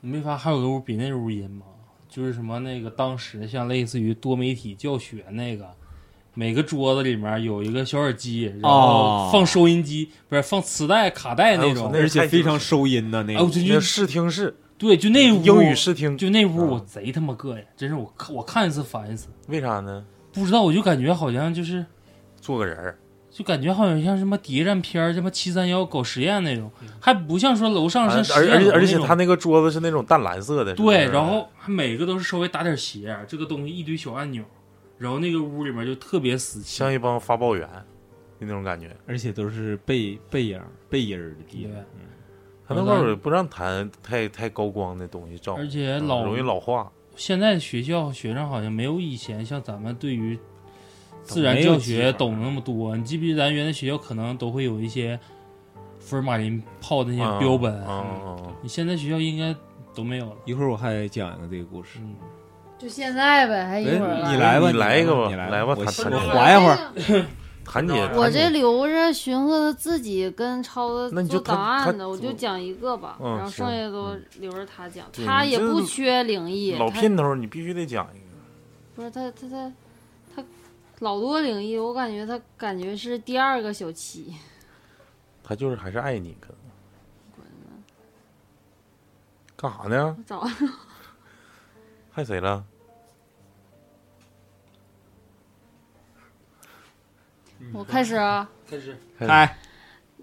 Speaker 4: 你没法还有个屋比那屋阴吗？就是什么那个当时像类似于多媒体教学那个，每个桌子里面有一个小耳机，然后
Speaker 6: 哦
Speaker 4: 放收音机，不是放磁带、卡带那种
Speaker 2: 哎。
Speaker 6: 而
Speaker 2: 呦
Speaker 6: 且非常收音呐、那
Speaker 4: 哎，我
Speaker 6: 个
Speaker 4: 就
Speaker 2: 那
Speaker 4: 就
Speaker 2: 视听室，
Speaker 4: 对，就那屋
Speaker 2: 英语嗯视听，
Speaker 4: 就那屋我贼他妈膈应，真是我看我看一次烦一次。
Speaker 2: 为啥呢？
Speaker 4: 不知道，我就感觉好像就是，
Speaker 2: 做个人儿，
Speaker 4: 就感觉好像像什么谍战片儿，什么七三幺搞实验那种，还不像说楼上
Speaker 2: 而
Speaker 4: 像实
Speaker 2: 嗯而
Speaker 4: 验
Speaker 2: 而
Speaker 4: 楼
Speaker 2: 且
Speaker 4: 那
Speaker 2: 而且
Speaker 4: 种
Speaker 2: 他那个桌子是那种淡蓝色的，是不是
Speaker 4: 对，然后还每个都是稍微打点斜，这个东西一堆小按钮，然后那个屋里面就特别死气。
Speaker 2: 像一帮发报员，就那种感觉。
Speaker 6: 而且都是背背影儿、背影儿的地
Speaker 4: 对
Speaker 6: 方。嗯
Speaker 2: 他那块儿不让谈太太高光的东西照，
Speaker 4: 而且
Speaker 2: 嗯
Speaker 4: 老
Speaker 2: 容易老化。
Speaker 4: 现在学校学生好像没有以前像咱们对于自
Speaker 6: 没
Speaker 4: 然
Speaker 6: 有
Speaker 4: 教
Speaker 6: 技
Speaker 4: 学
Speaker 6: 法
Speaker 4: 懂那么多。你记不记得咱原来学校可能都会有一些福尔马林泡的
Speaker 2: 嗯
Speaker 4: 那些标本？
Speaker 2: 嗯嗯嗯
Speaker 4: 你现在学校应该都没有了。
Speaker 6: 一会儿我还讲一个这个故事。
Speaker 4: 嗯，
Speaker 3: 就现在呗，还
Speaker 6: 哎，
Speaker 3: 一会儿了。
Speaker 6: 你来吧，
Speaker 2: 你来一个吧
Speaker 6: 你
Speaker 2: 来
Speaker 6: 来
Speaker 2: 吧
Speaker 6: 我
Speaker 2: 谈
Speaker 6: 我
Speaker 2: 谈
Speaker 6: 缓一会儿。
Speaker 2: 谭姐，
Speaker 3: 我
Speaker 2: 谭姐
Speaker 3: 这留着寻思他自己跟超
Speaker 2: 那
Speaker 3: 子
Speaker 2: 你就
Speaker 3: 做档
Speaker 2: 他
Speaker 3: 案
Speaker 2: 他
Speaker 3: 的，我就讲一个吧，
Speaker 2: 嗯
Speaker 3: 然后
Speaker 2: 行
Speaker 3: 剩下都留着他讲。
Speaker 2: 对
Speaker 3: 他
Speaker 2: 你
Speaker 3: 也
Speaker 2: 这
Speaker 3: 不缺灵异，
Speaker 2: 老
Speaker 3: 他
Speaker 2: 片头，你必须得讲一个。
Speaker 3: 不是他他他他老多灵异，我感觉他感觉是第二个小七。
Speaker 2: 他就是还是爱你，可能。干啥呢？
Speaker 3: 找
Speaker 2: 害谁了？
Speaker 3: 我开始啊，
Speaker 4: 嗯开始
Speaker 6: 开，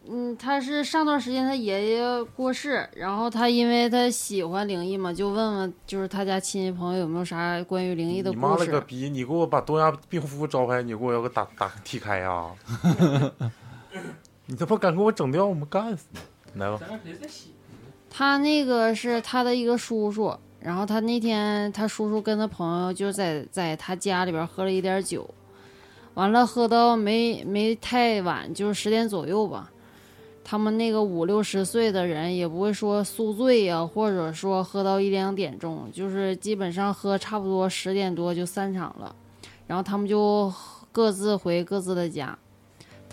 Speaker 3: 嗯，他是上段时间他爷爷过世，然后他因为他喜欢灵异嘛，就问问就是他家亲戚朋友有没有啥关于灵异的
Speaker 2: 你妈
Speaker 3: 故
Speaker 2: 了个
Speaker 3: 事。
Speaker 2: 逼！你给我把东亚病夫招牌，你给我要个打打踢开 啊！你他妈敢给我整掉，我们干死你！来吧，
Speaker 4: 咱让谁再洗？
Speaker 3: 他那个是他的一个叔叔，然后他那天他叔叔跟他朋友就是在在他家里边喝了一点酒，完了喝到没没太晚，就是十点左右吧。他们那个五六十岁的人也不会说宿醉呀、或者说喝到一两点钟，就是基本上喝差不多十点多就散场了，然后他们就各自回各自的家。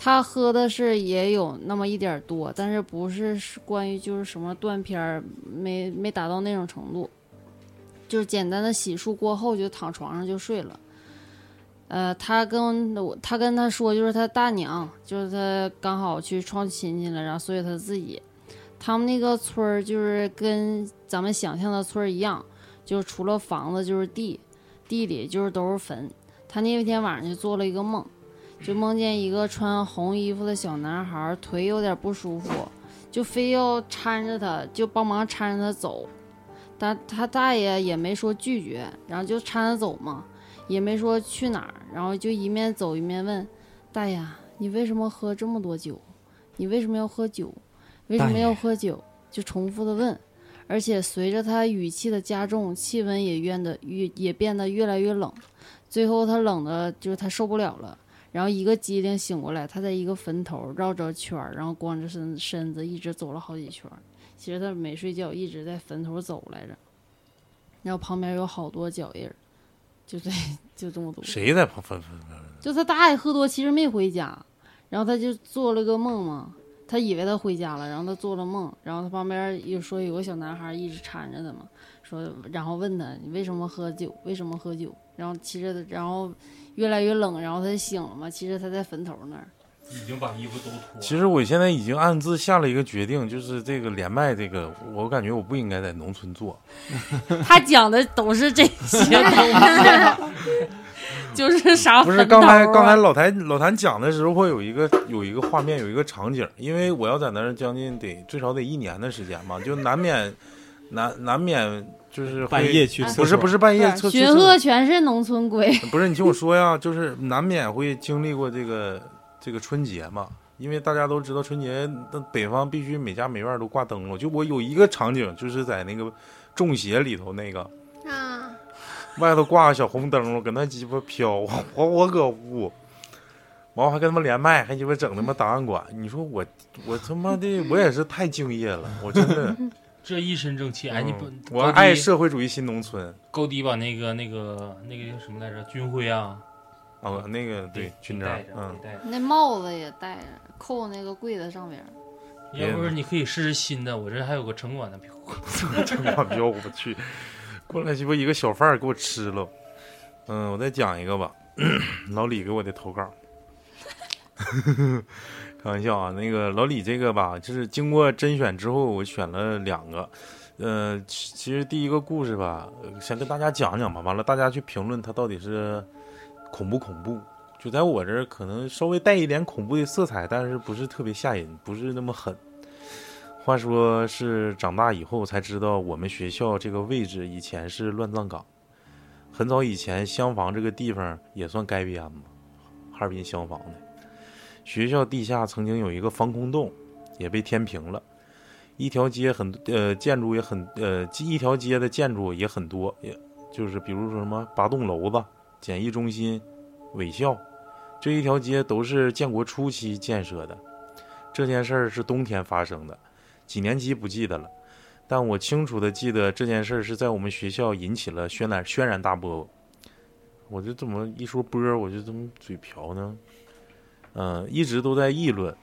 Speaker 3: 他喝的是也有那么一点儿多，但是不是是关于就是什么断片儿，没没达到那种程度，就是简单的洗漱过后就躺床上就睡了。呃，他跟我他跟他说，就是他大娘，就是他刚好去串亲戚了，然后所以他自己，他们那个村儿就是跟咱们想象的村儿一样，就是除了房子就是地，地里就是都是坟。他那天晚上就做了一个梦，就梦见一个穿红衣服的小男孩儿腿有点不舒服，就非要搀着他，就帮忙搀着他走，但他大爷也没说拒绝，然后就搀他走嘛。也没说去哪儿，然后就一面走一面问大爷：“啊你为什么喝这么多酒？你为什么要喝酒？为什
Speaker 6: 大
Speaker 3: 么
Speaker 6: 爷
Speaker 3: 要喝酒？”就重复的问，而且随着他语气的加重，气温也变得越也变得越来越冷，最后他冷的就是他受不了了，然后一个机灵醒过来，他在一个坟头绕着圈儿，然后光着身身子一直走了好几圈儿。其实他没睡觉，一直在坟头走来着，然后旁边有好多脚印儿，就对，就这么多。
Speaker 2: 谁在旁分分分？
Speaker 3: 就他大爷喝多，其实没回家，然后他就做了个梦嘛，他以为他回家了，然后他做了梦，然后他旁边有说有个小男孩一直缠着他嘛，说然后问他你为什么喝酒，为什么喝酒，然后其实然后越来越冷，然后他就醒了嘛，其实他在坟头那儿，
Speaker 4: 已经把衣服都脱了。
Speaker 2: 其实我现在已经暗自下了一个决定，就是这个连麦，这个我感觉我不应该在农村做。
Speaker 3: 他讲的都是这些东西， 就是啥
Speaker 2: 不
Speaker 3: 坟
Speaker 2: 是
Speaker 3: 头
Speaker 2: 刚才
Speaker 3: 啊
Speaker 2: 刚才老谭老谭讲的时候，会有一个有一个画面，有一个场景，因为我要在那儿将近得最少得一年的时间嘛，就难免难难免就是会
Speaker 6: 半夜
Speaker 3: 啊
Speaker 6: 去厕所
Speaker 2: 不是不是半夜厕
Speaker 3: 对寻
Speaker 2: 厕所
Speaker 3: 鹤全是农村鬼，
Speaker 2: 不是你听我说呀，就是难免会经历过这个这个春节嘛，因为大家都知道春节，那北方必须每家每院都挂灯笼。就我有一个场景，就是在那个中邪里头那个
Speaker 5: 啊，
Speaker 2: 外头挂个小红灯笼，搁那鸡巴飘， 我我我搁屋，完我还跟他们连麦，还鸡巴整他妈档案馆。你说我我他妈的我也是太敬业了，我真的，
Speaker 4: 这一身正 气，哎，你不
Speaker 2: 嗯，我
Speaker 4: 高低
Speaker 2: 爱社会主义新农村
Speaker 4: 高低把那个那个那个叫什么来着？军徽啊，
Speaker 2: 啊，那个对军章
Speaker 4: 带着，，
Speaker 2: 嗯
Speaker 4: 得，带着。
Speaker 3: 那帽子也戴着，扣那个柜子上边儿。
Speaker 4: 要不是你可以试试新的，我这还有个城管的票。
Speaker 2: 城管彪，我去，过来鸡巴一个小贩儿给我吃了。嗯，我再讲一个吧， 老李给我的投稿。 开玩笑啊，那个老李这个吧，就是经过甄选之后，我选了两个。呃，其其实第一个故事吧，呃先跟大家讲讲吧，完了大家去评论它到底是恐不恐怖。就在我这儿，可能稍微带一点恐怖的色彩，但是不是特别吓人，不是那么狠。话说是长大以后才知道，我们学校这个位置以前是乱葬岗。很早以前，厢房这个地方也算该编吧，哈尔滨厢房的。学校地下曾经有一个防空洞，也被填平了。一条街很呃，建筑也很呃，一条街的建筑也很多，也就是比如说什么八栋楼子、简易中心、伪校，这一条街都是建国初期建设的。这件事儿是冬天发生的。几年级不记得了，但我清楚的记得这件事儿是在我们学校引起了轩然轩然大波。我就这么一说波儿，我就这么嘴瓢呢？嗯、一直都在议论，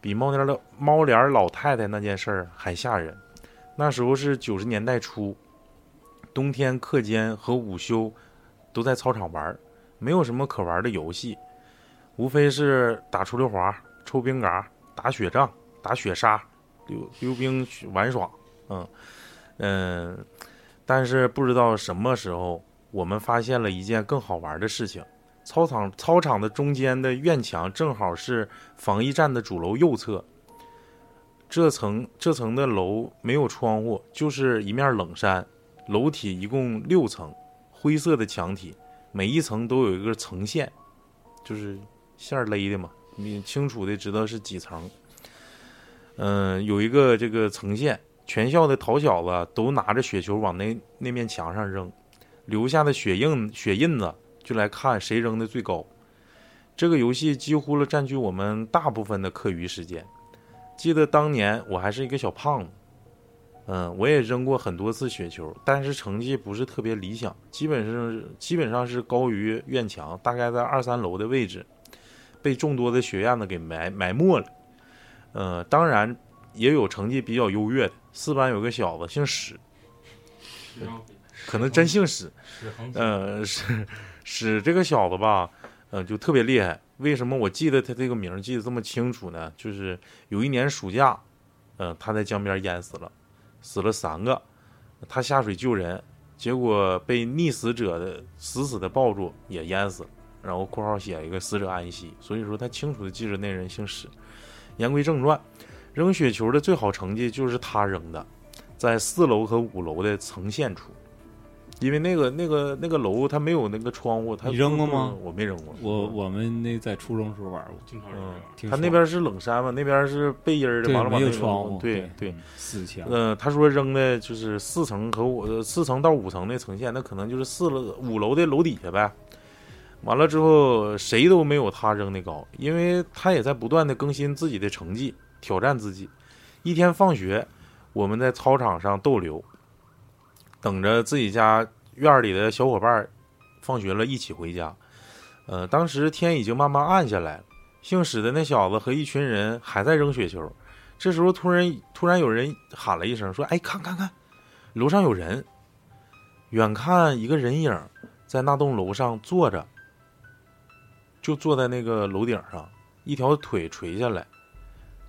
Speaker 2: 比猫脸老猫脸老太太那件事儿还吓人。那时候是九十年代初，冬天课间和午休都在操场玩儿，没有什么可玩的游戏，无非是打出溜滑、抽冰嘎、打雪仗、打雪沙，溜溜冰去玩耍，嗯嗯，但是不知道什么时候，我们发现了一件更好玩的事情。操场操场的中间的院墙正好是防疫站的主楼右侧，这层这层的楼没有窗户，就是一面冷山，楼体一共六层，灰色的墙体，每一层都有一个层线，就是线儿勒的嘛，你清楚的知道是几层。嗯，有一个这个层线，全校的淘小子都拿着雪球往那那面墙上扔，留下的血印血印子就来看谁扔的最高。这个游戏几乎了占据我们大部分的课余时间，记得当年我还是一个小胖子，嗯，我也扔过很多次雪球，但是成绩不是特别理想，基本是基本上是高于院墙，大概在二三楼的位置，被众多的雪燕子给埋埋没了。呃，当然也有成绩比较优越的，四班有个小子姓史，可能真姓史，
Speaker 4: 史恒
Speaker 2: 呃，史史这个小子吧，呃，就特别厉害。为什么我记得他这个名儿记得这么清楚呢？就是有一年暑假，呃，他在江边淹死了，死了三个，他下水救人，结果被溺死者的死死的抱住，也淹死了。然后括号写一个死者安息，所以说他清楚的记着那人姓史。言归正传，扔雪球的最好成绩就是他扔的，在四楼和五楼的层线处，因为那个那个那个楼它没有那个窗户，它
Speaker 6: 你扔过吗
Speaker 2: 我没扔过，
Speaker 6: 我我们那在初中时候玩过，
Speaker 7: 经常有
Speaker 2: 嗯
Speaker 7: 人玩，
Speaker 6: 挺
Speaker 2: 他那
Speaker 6: 爽
Speaker 2: 边是冷杉嘛，那边是背阴儿的，
Speaker 6: 对
Speaker 2: 完了往
Speaker 6: 没有
Speaker 2: 那个
Speaker 6: 窗户，
Speaker 2: 对对
Speaker 6: 对，，四墙，
Speaker 2: 呃，他说扔的就是四层和五呃四层到五层的层线，那可能就是四楼五楼的楼底下呗。完了之后，谁都没有他扔的高，因为他也在不断的更新自己的成绩，挑战自己。一天放学，我们在操场上逗留，等着自己家院儿里的小伙伴儿放学了一起回家。呃，当时天已经慢慢暗下来了，姓史的那小子和一群人还在扔雪球，这时候突然突然有人喊了一声，说：“哎，看看看，楼上有人！”远看一个人影在那栋楼上坐着，就坐在那个楼顶上，一条腿垂下来，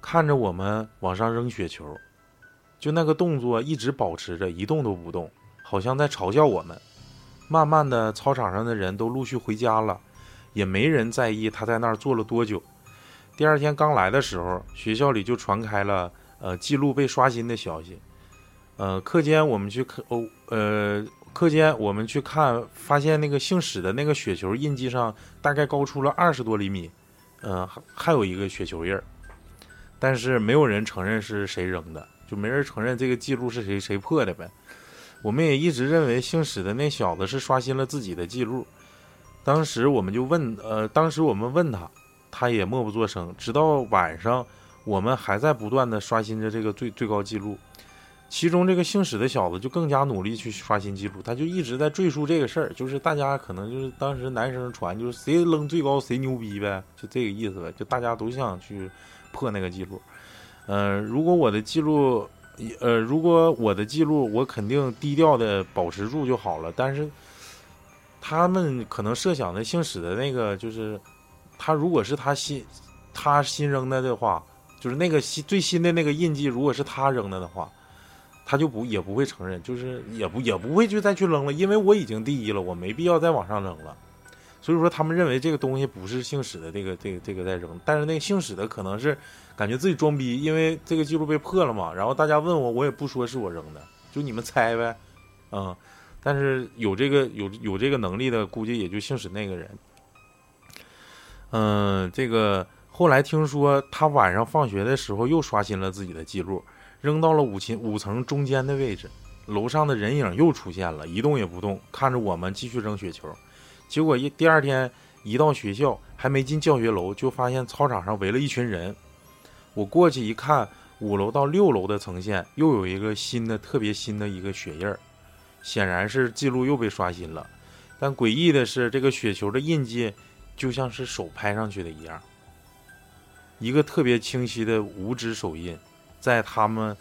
Speaker 2: 看着我们往上扔雪球，就那个动作一直保持着，一动都不动，好像在嘲笑我们。慢慢的，操场上的人都陆续回家了，也没人在意他在那儿坐了多久。第二天刚来的时候，学校里就传开了呃记录被刷新的消息。呃，课间我们去看哦，呃，课间我们去看，发现那个姓史的那个雪球印记上大概高出了二十多厘米，呃，还还有一个雪球印儿，但是没有人承认是谁扔的，就没人承认这个记录是谁谁破的呗。我们也一直认为姓史的那小子是刷新了自己的记录，当时我们就问，呃，当时我们问他，他也默不作声。直到晚上，我们还在不断的刷新着这个最最高记录。其中这个姓史的小子就更加努力去刷新记录，他就一直在赘述这个事儿，就是大家可能就是当时男生传就是谁扔最高谁牛逼呗，就这个意思呗，就大家都想去破那个记录。呃，如果我的记录，呃，如果我的记录，我肯定低调的保持住就好了。但是他们可能设想的姓史的那个就是他如果是他新他新扔的的话，就是那个新最新的那个印记，如果是他扔的的话，他就不也不会承认，就是也不也不会去再去扔了，因为我已经第一了，我没必要再往上扔了。所以说，他们认为这个东西不是姓史的这个这个这个在扔，但是那个姓史的可能是感觉自己装逼，因为这个记录被破了嘛。然后大家问我，我也不说是我扔的，就你们猜呗，嗯。但是有这个有有这个能力的，估计也就姓史那个人。嗯，这个后来听说他晚上放学的时候又刷新了自己的记录，扔到了五层五层中间的位置，楼上的人影又出现了，一动也不动，看着我们继续扔雪球。结果一第二天一到学校，还没进教学楼，就发现操场上围了一群人。我过去一看，五楼到六楼的层线又有一个新的特别新的一个血印儿，显然是记录又被刷新了。但诡异的是，这个雪球的印记就像是手拍上去的一样，一个特别清晰的五指手印，在他们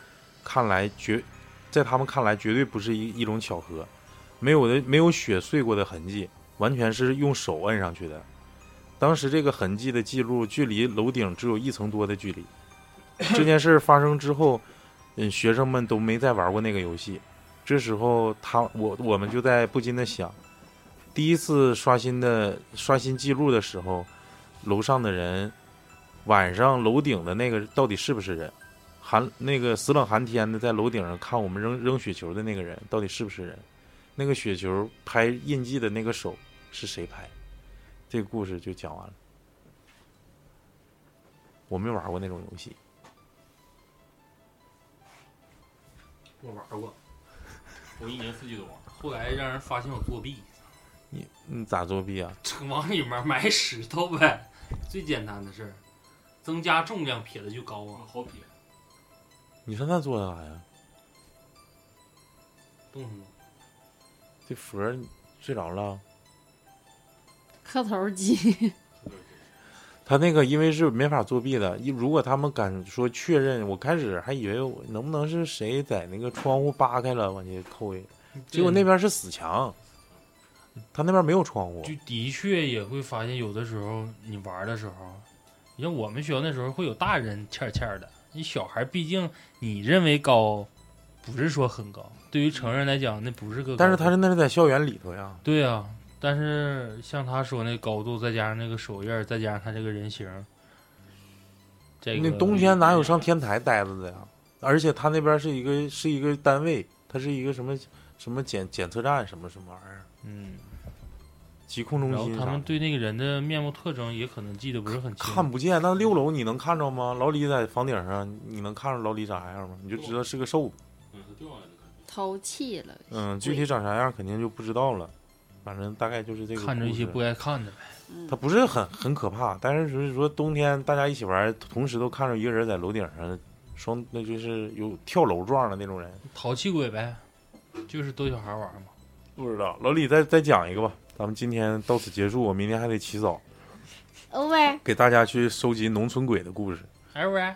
Speaker 2: 看来绝，在他们看来绝对不是一一种巧合，没有的没有雪碎过的痕迹，完全是用手摁上去的。当时这个痕迹的记录距离楼顶只有一层多的距离。这件事发生之后，嗯，学生们都没再玩过那个游戏。这时候他我我们就在不禁的想，第一次刷新的刷新记录的时候，楼上的人，晚上楼顶的那个到底是不是人？寒那个死冷寒天的，在楼顶上看我们扔扔雪球的那个人到底是不是人？那个雪球拍印记的那个手是谁拍？这个故事就讲完了。我没玩过那种游戏，
Speaker 4: 我玩过，我一年四季都玩。后来让人发现我作弊，
Speaker 2: 你你咋作弊啊？
Speaker 4: 往里面埋石头呗，最简单的事儿，增加重量撇的就高啊，好撇。
Speaker 2: 你上那做啥呀？
Speaker 4: 动什么？
Speaker 2: 这佛儿睡着了？
Speaker 3: 磕头机，
Speaker 2: 他那个因为是没法作弊的，一如果他们敢说确认，我开始还以为我能不能是谁在那个窗户扒开了往前扣一，结果那边是死墙，他那边没有窗户
Speaker 4: 就，的确也会发现，有的时候你玩的时候，你像我们学校那时候会有大人欠欠的，你小孩毕竟你认为高，不是说很高，对于成人来讲那不是个高度，
Speaker 2: 但是他是那是在校园里头呀，
Speaker 4: 对啊，但是像他说那高度，再加上那个手印儿，再加上他这个人形儿，这个
Speaker 2: 那冬天哪有上天台待着的呀？而且他那边是一个是一个单位，它是一个什么什么检检测站什么什么玩意儿，
Speaker 4: 嗯，
Speaker 2: 疾控中
Speaker 4: 然后
Speaker 2: 心
Speaker 4: 他
Speaker 2: 啥
Speaker 4: 们
Speaker 2: 的。
Speaker 4: 对那个人的面貌特征也可能记得不是很清，
Speaker 2: 看不见，那六楼你能看着吗？老李在房顶上，你能看着老李啥样吗？你就知道是个瘦子。
Speaker 3: 淘气了。
Speaker 2: 嗯，具体长啥样肯定就不知道了，反正大概就是这个故事。
Speaker 4: 看着一些不该看的呗。
Speaker 2: 它不是很很可怕，但是就是说冬天大家一起玩，同时都看着一个人在楼顶上，双那就是有跳楼状的那种人。
Speaker 4: 淘气鬼呗，就是逗小孩玩嘛。
Speaker 2: 不知道老李再再讲一个吧，咱们今天到此结束，我明天还得起早，
Speaker 5: over
Speaker 2: 给大家去收集农村鬼的故事。
Speaker 4: 哎喂，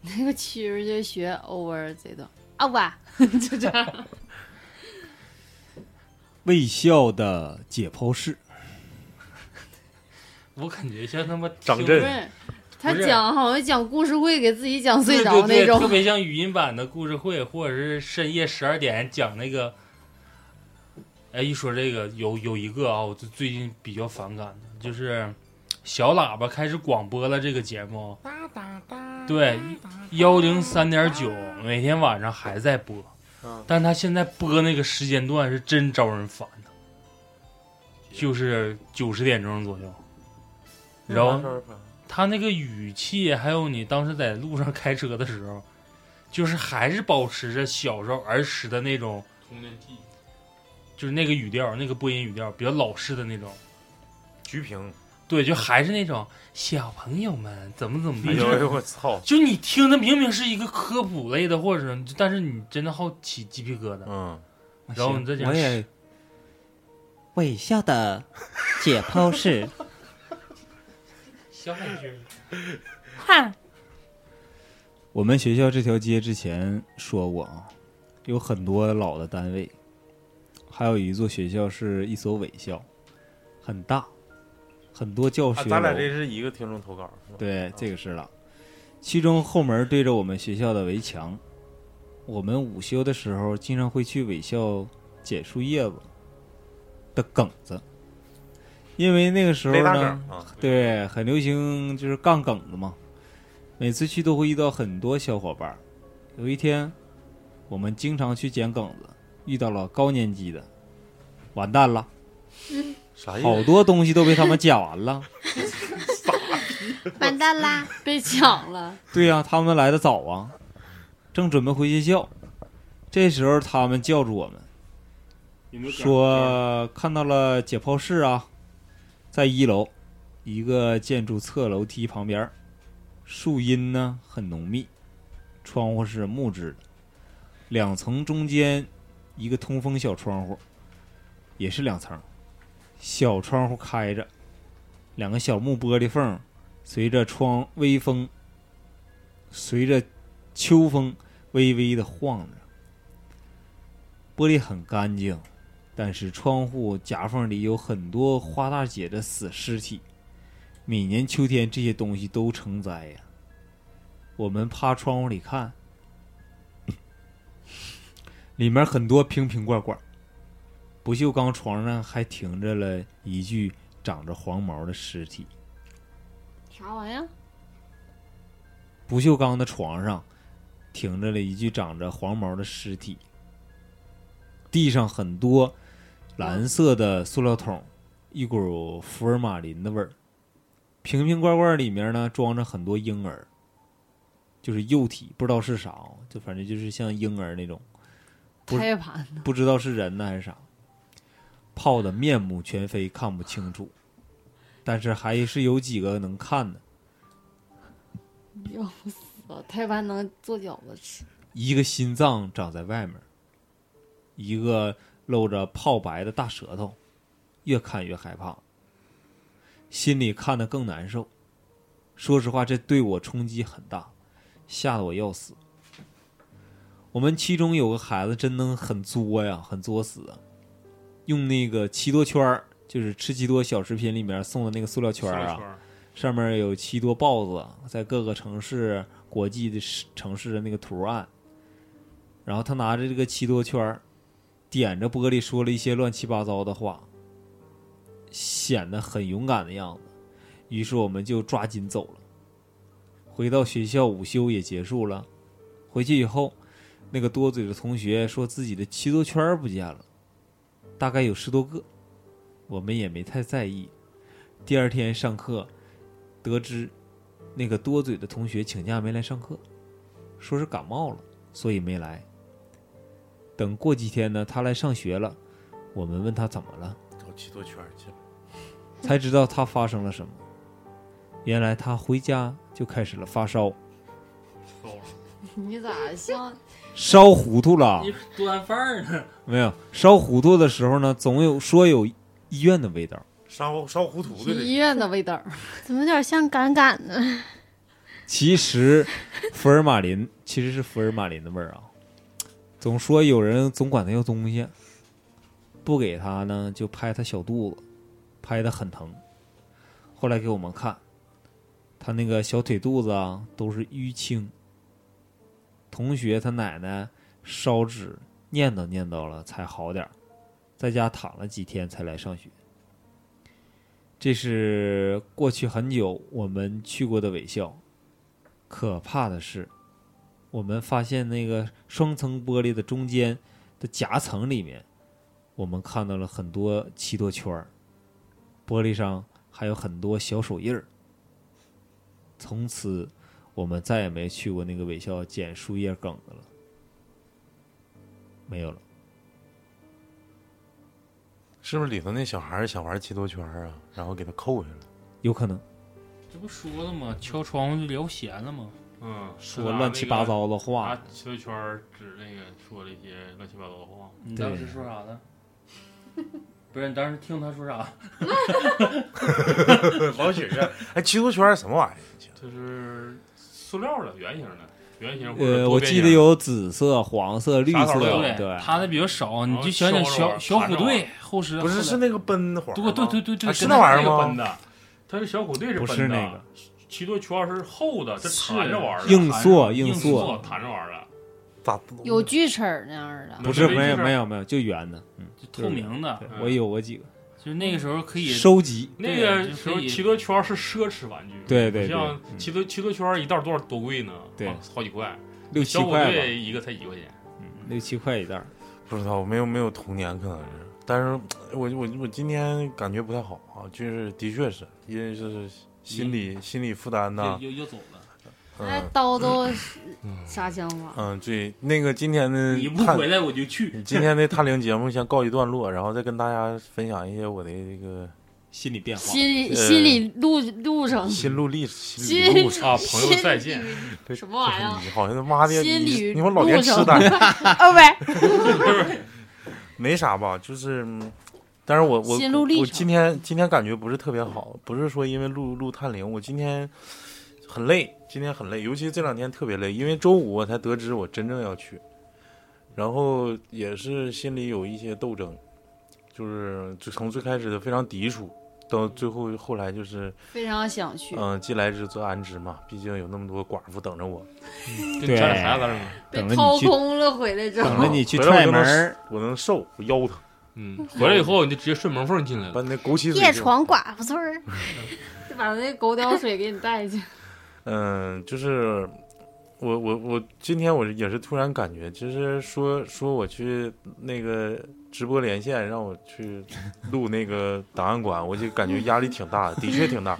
Speaker 3: 那个蛐儿就学 over 这段啊哇，就这样。
Speaker 6: 卫校的解剖室，
Speaker 4: 我感觉像他妈
Speaker 2: 张
Speaker 3: 不
Speaker 2: 震
Speaker 3: 是，他
Speaker 4: 不是
Speaker 3: 讲好像讲故事会给自己讲
Speaker 4: 对
Speaker 3: 睡着
Speaker 4: 对
Speaker 3: 那
Speaker 4: 对
Speaker 3: 种
Speaker 4: 特。别像语音版的故事会，或者是深夜十二点讲那个。哎，一说这个，有有一个啊，我最最近比较反感的，就是小喇叭开始广播了这个节目，对，幺零三点九每天晚上还在播，但他现在播那个时间段是真招人烦的，就是九十点钟左右，
Speaker 3: 嗯
Speaker 4: 然后
Speaker 2: 嗯
Speaker 4: 他那个语气，还有你当时在路上开车的时候，就是还是保持着小时候儿时的那种
Speaker 7: 童年记忆，
Speaker 4: 就是那个语调，那个播音语调比较老式的那种。
Speaker 2: 菊萍，
Speaker 4: 对，就还是那种小朋友们怎么怎么
Speaker 2: 哎
Speaker 4: 地，
Speaker 2: 呦
Speaker 4: 就
Speaker 2: 哎
Speaker 4: 是
Speaker 2: 呦我操！
Speaker 4: 就你听的明明是一个科普类的，或者是但是你真的好起鸡皮疙瘩。
Speaker 2: 嗯，
Speaker 4: 然后你再讲
Speaker 6: 我也卫校的解剖室，
Speaker 4: 小海军，
Speaker 6: 我们学校这条街之前说过啊，有很多老的单位，还有一座学校是一所伪校，很大，很多教
Speaker 2: 啊
Speaker 6: 学楼。
Speaker 2: 咱俩这是一个听众投稿，是吧
Speaker 6: 对，这个是了。其中后门对着我们学校的围墙，我们午休的时候经常会去伪校捡树叶子的梗子，因为那个时候
Speaker 2: 雷大梗
Speaker 6: 呢，
Speaker 2: 啊，
Speaker 6: 对，很流行就是杠梗子嘛。每次去都会遇到很多小伙伴儿。有一天，我们经常去捡梗子，遇到了高年级的，完蛋了，
Speaker 2: 啥意
Speaker 6: 好
Speaker 2: 思？
Speaker 6: 多东西都被他们捡完了。
Speaker 5: 完蛋啦！
Speaker 3: 被抢了，
Speaker 6: 对呀、他们来的早啊，正准备回学校，这时候他们叫住我们，说看到了解剖室啊，在一楼一个建筑侧楼梯旁边儿，树荫呢很浓密，窗户是木质的，两层中间一个通风小窗户，也是两层，小窗户开着，两个小木玻璃缝儿随着窗微风随着秋风微微的晃着。玻璃很干净，但是窗户夹缝里有很多花大姐的死尸体。每年秋天，这些东西都成灾呀。我们趴窗户里看， 里面很多瓶瓶罐罐。不锈钢床上还停着了一具长着黄毛的尸体。
Speaker 3: 啥玩意儿？
Speaker 6: 不锈钢的床上停着了一具长着黄毛的尸体，地上很多蓝色的塑料桶，一股福尔马林的味儿。瓶瓶罐罐里面呢装着很多婴儿，就是幼体，不知道是啥哦，就反正就是像婴儿那种，不是
Speaker 3: 胎盘呢？
Speaker 6: 不知道是人呢还是啥，泡的面目全非，看不清楚。但是还是有几个能看的。
Speaker 3: 要死！道，台湾哦能做饺子吃。
Speaker 6: 一个心脏长在外面，一个露着泡白的大舌头，越看越害怕，心里看得更难受。说实话，这对我冲击很大，吓得我要死。我们其中有个孩子真能很作呀，很作死啊，用那个奇多圈儿，就是吃奇多小食品里面送的那个塑料圈儿啊，
Speaker 7: 儿
Speaker 6: 上面有七多豹子在各个城市、国际的市城市的那个图案。然后他拿着这个七多圈儿，点着玻璃说了一些乱七八糟的话，显得很勇敢的样子。于是我们就抓紧走了。回到学校，午休也结束了。回去以后，那个多嘴的同学说自己的七多圈儿不见了，大概有十多个，我们也没太在意。第二天上课，得知那个多嘴的同学请假没来上课，说是感冒了，所以没来。等过几天呢，他来上学了，我们问他怎么了，
Speaker 2: 找七多圈去了。
Speaker 6: 才知道他发生了什么。原来他回家就开始了发烧，
Speaker 3: 你咋像
Speaker 6: 烧糊涂了。
Speaker 4: 端饭儿呢？
Speaker 6: 没有烧糊涂的时候呢，总有说有医院的味道。
Speaker 2: 烧烧糊涂的
Speaker 3: 医
Speaker 2: 这，
Speaker 3: 院的味道？
Speaker 5: 怎么有点像杆杆呢？
Speaker 6: 其实福尔马林其实是福尔马林的味儿啊。总说有人总管他要东西，不给他呢就拍他小肚子，拍得很疼。后来给我们看，他那个小腿肚子啊都是淤青。同学他奶奶烧纸念叨念叨了才好点儿，在家躺了几天才来上学。这是过去很久我们去过的伪校，可怕的是，我们发现那个双层玻璃的中间的夹层里面，我们看到了很多七多圈儿，玻璃上还有很多小手印儿。从此，我们再也没去过那个伪校捡树叶梗子了，没有了。
Speaker 2: 是不是里头那小孩儿想玩七多圈啊？然后给他扣下了。
Speaker 6: 有可能
Speaker 4: 这不说了吗？敲窗户就聊闲了吗？
Speaker 7: 嗯，
Speaker 6: 说乱七八糟的
Speaker 7: 拿
Speaker 6: 话，
Speaker 7: 七圈啊儿指那个说了一些乱七八糟的话，
Speaker 4: 你
Speaker 6: 对
Speaker 4: 当时说啥呢？不是，你当时听他说啥？
Speaker 2: 老许是，哎，七多圈儿什么玩意儿？
Speaker 7: 就是塑料的圆形的，圆形或者
Speaker 6: 呃，
Speaker 7: 多
Speaker 6: 我
Speaker 7: 边
Speaker 6: 记
Speaker 7: 形
Speaker 6: 得有紫色、黄色、绿
Speaker 7: 啥色
Speaker 6: 色，
Speaker 7: 儿都有
Speaker 6: 对，
Speaker 4: 他的比较少，你
Speaker 7: 然后
Speaker 4: 就想想
Speaker 7: 烧着
Speaker 4: 小
Speaker 7: 玩
Speaker 4: 小虎
Speaker 7: 缠着玩
Speaker 4: 队后时
Speaker 2: 不是是那个奔环儿
Speaker 4: 对
Speaker 2: 吗？
Speaker 4: 对对对对，
Speaker 2: 啊是
Speaker 4: 跟
Speaker 2: 那玩意儿
Speaker 7: 那
Speaker 2: 吗
Speaker 7: 个奔的，它是小虎队是
Speaker 6: 不
Speaker 7: 奔的，
Speaker 6: 是那个
Speaker 7: 七多圈儿是厚的，这
Speaker 4: 是
Speaker 7: 弹着玩儿的，
Speaker 6: 硬塑
Speaker 4: 硬塑
Speaker 6: 塑，
Speaker 7: 弹着玩儿的，
Speaker 2: 咋
Speaker 3: 有锯齿儿那样儿的，
Speaker 6: 不是
Speaker 7: 没
Speaker 6: 没有
Speaker 7: 事儿
Speaker 6: 没有没有，就圆的，嗯，
Speaker 4: 就透明的，
Speaker 6: 对
Speaker 7: 嗯
Speaker 6: 我有过几个
Speaker 4: 就是那个时候可以
Speaker 6: 收集，
Speaker 7: 那
Speaker 4: 对
Speaker 7: 个
Speaker 4: 就
Speaker 7: 时
Speaker 4: 可
Speaker 7: 候
Speaker 4: 以
Speaker 7: 七多圈儿是奢侈玩具，
Speaker 6: 对对对
Speaker 7: 不像
Speaker 6: 嗯
Speaker 7: 七多七多圈儿一袋儿多少多贵呢？
Speaker 6: 对
Speaker 7: 好好几块，
Speaker 6: 六七
Speaker 7: 小虎
Speaker 6: 块吧，
Speaker 7: 队一个才一块钱，
Speaker 6: 嗯六七块一袋儿。
Speaker 2: 不知道，我没有没有童年，可能是，但是我我我今天感觉不太好啊，就是的确是因为是心
Speaker 4: 嗯
Speaker 2: 理心理负担呐
Speaker 4: 又，又又走了。
Speaker 3: 那
Speaker 2: 嗯
Speaker 3: 叨叨杀枪法。
Speaker 2: 嗯，对，那个今天的
Speaker 4: 你不
Speaker 2: 探
Speaker 4: 回来我就去。
Speaker 2: 今天的探灵节目先告一段落，然后再跟大家分享一些我的这个
Speaker 6: 心理变化，
Speaker 3: 心理
Speaker 2: 呃
Speaker 3: 心理路路程，
Speaker 2: 心路历史、心
Speaker 3: 心
Speaker 2: 理路程。
Speaker 7: 啊朋友再见
Speaker 3: 心
Speaker 2: 对
Speaker 3: 理什么玩意儿？
Speaker 2: 哎你好像他妈的，
Speaker 3: 哎心
Speaker 2: 你
Speaker 3: 理
Speaker 2: 你们老年
Speaker 3: 路
Speaker 2: 痴
Speaker 3: 程
Speaker 2: 呆，
Speaker 3: 啊喂，
Speaker 2: 没啥吧，就是，嗯但是我我
Speaker 3: 心路历程
Speaker 2: 我今天今天感觉不是特别好，不是说因为录录探灵，我今天很累，今天很累，尤其这两天特别累，因为周五我才得知我真正要去，然后也是心里有一些斗争，就是就从最开始的非常抵触，到最后后来就是
Speaker 3: 非常想去，
Speaker 2: 嗯、既来之则安之嘛，毕竟有那么多寡妇等着我，
Speaker 7: 跟
Speaker 6: 对
Speaker 7: 家里孩子 似的。
Speaker 3: 被
Speaker 6: 等着
Speaker 3: 掏
Speaker 6: 你去
Speaker 3: 空了回来之
Speaker 6: 等着
Speaker 3: 后，
Speaker 6: 你去
Speaker 2: 回来
Speaker 6: 踹
Speaker 2: 我就
Speaker 6: 门
Speaker 2: 能
Speaker 6: 儿，
Speaker 2: 我能受，我腰疼，
Speaker 7: 嗯，回来以后你就直接顺门缝进来
Speaker 2: 把
Speaker 7: 了。
Speaker 2: 你那枸杞水
Speaker 5: 夜
Speaker 2: 给我
Speaker 5: 闯寡妇村儿，
Speaker 3: 就把那狗叼水给你带去。
Speaker 2: 嗯，就是我我我今天我也是突然感觉，其实说说我去那个直播连线，让我去录那个档案馆，我就感觉压力挺大的，的确挺大。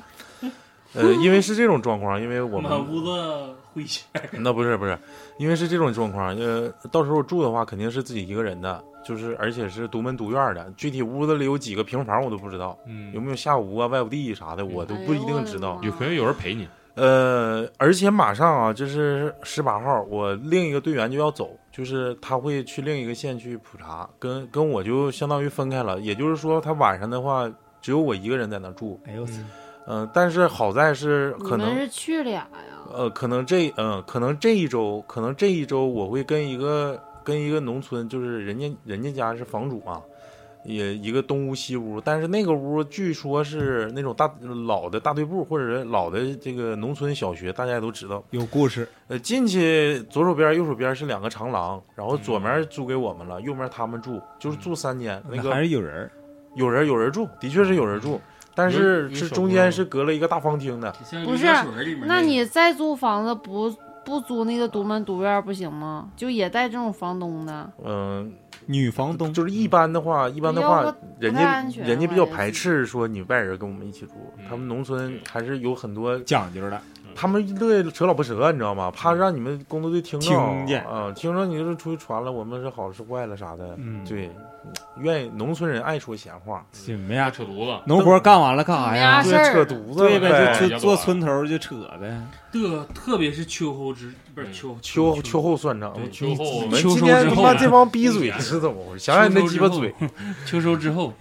Speaker 2: 呃，因为是这种状况，因为我们
Speaker 4: 满屋子灰尘。
Speaker 2: 那不是不是，因为是这种状况，呃，到时候住的话肯定是自己一个人的，就是而且是独门独院的，具体屋子里有几个平房我都不知道，
Speaker 7: 嗯，
Speaker 2: 有没有下屋啊、外屋地啥的我都
Speaker 3: 哎
Speaker 2: 不一
Speaker 3: 呦我嗯
Speaker 2: 定
Speaker 3: 的
Speaker 2: 知道。
Speaker 3: 妈
Speaker 7: 有可能有人陪你，
Speaker 2: 呃，而且马上啊，就是十八号，我另一个队员就要走，就是他会去另一个县去普查，跟跟我就相当于分开了。也就是说，他晚上的话，只有我一个人在那住。
Speaker 8: 哎呦我操！
Speaker 2: 嗯、但是好在是
Speaker 3: 你
Speaker 2: 可能
Speaker 3: 们是去俩呀？
Speaker 2: 呃，可能这嗯、可能这一周，可能这一周我会跟一个跟一个农村，就是人家人家家是房主嘛，也一个东屋西屋，但是那个屋据说是那种大老的大队部或者是老的这个农村小学，大家也都知道。
Speaker 6: 有故事，
Speaker 2: 呃，进去左手边右手边是两个长廊，然后左面租给我们了，右面他们住，就是住三间。那
Speaker 6: 嗯
Speaker 2: 个
Speaker 6: 还是有嗯人儿。
Speaker 2: 有人有人住，的确是有人住，但
Speaker 7: 有
Speaker 2: 是
Speaker 7: 有
Speaker 2: 是
Speaker 7: 小
Speaker 2: 中
Speaker 7: 屋
Speaker 2: 间
Speaker 7: 吗
Speaker 2: 是隔了一个大方厅的。
Speaker 4: 像
Speaker 3: 不是
Speaker 4: 驴打水里面
Speaker 3: 那
Speaker 4: 个
Speaker 3: 你再租房子不不租那个独门独院儿不行吗？就也带这种房东的，
Speaker 2: 嗯、
Speaker 6: 女房东嗯
Speaker 2: 就是一般的话，一般的
Speaker 7: 哎
Speaker 3: 要
Speaker 2: 话
Speaker 3: 不，
Speaker 2: 人
Speaker 3: 不太
Speaker 2: 家
Speaker 3: 安全
Speaker 2: 人家比
Speaker 3: 我
Speaker 2: 较
Speaker 3: 也
Speaker 2: 排斥说你外人跟我们一起住，
Speaker 7: 嗯
Speaker 2: 他们农村还是有很多，
Speaker 6: 讲究的，
Speaker 2: 他们乐意扯老婆舌，你知道吗？怕让你们工作队听着，
Speaker 6: 听见
Speaker 2: 啊、听着你就是出去传了，我们是好是坏了啥的，
Speaker 6: 嗯
Speaker 2: 对，愿意农村人爱说闲话，
Speaker 6: 什么
Speaker 7: 大
Speaker 6: 呀？
Speaker 7: 扯犊子，
Speaker 6: 农活干完了干啥
Speaker 3: 啥
Speaker 6: 呀？
Speaker 3: 事
Speaker 2: 对，
Speaker 3: 儿
Speaker 2: 扯犊子
Speaker 6: 对呗，
Speaker 2: 呗，
Speaker 6: 就
Speaker 7: 就
Speaker 6: 就
Speaker 7: 就
Speaker 6: 做
Speaker 7: 做
Speaker 6: 村
Speaker 7: 村
Speaker 6: 头就扯呗。
Speaker 4: 特特别是秋后之不是
Speaker 7: 嗯
Speaker 4: 秋
Speaker 2: 秋秋后算账。
Speaker 7: 对秋后
Speaker 2: 你
Speaker 7: 秋
Speaker 2: 们
Speaker 4: 收
Speaker 2: 今天
Speaker 4: 之
Speaker 2: 他
Speaker 4: 后
Speaker 2: 妈
Speaker 4: 啊
Speaker 2: 这帮逼嘴是怎么回事？想想你那鸡巴嘴，
Speaker 4: 秋收之后，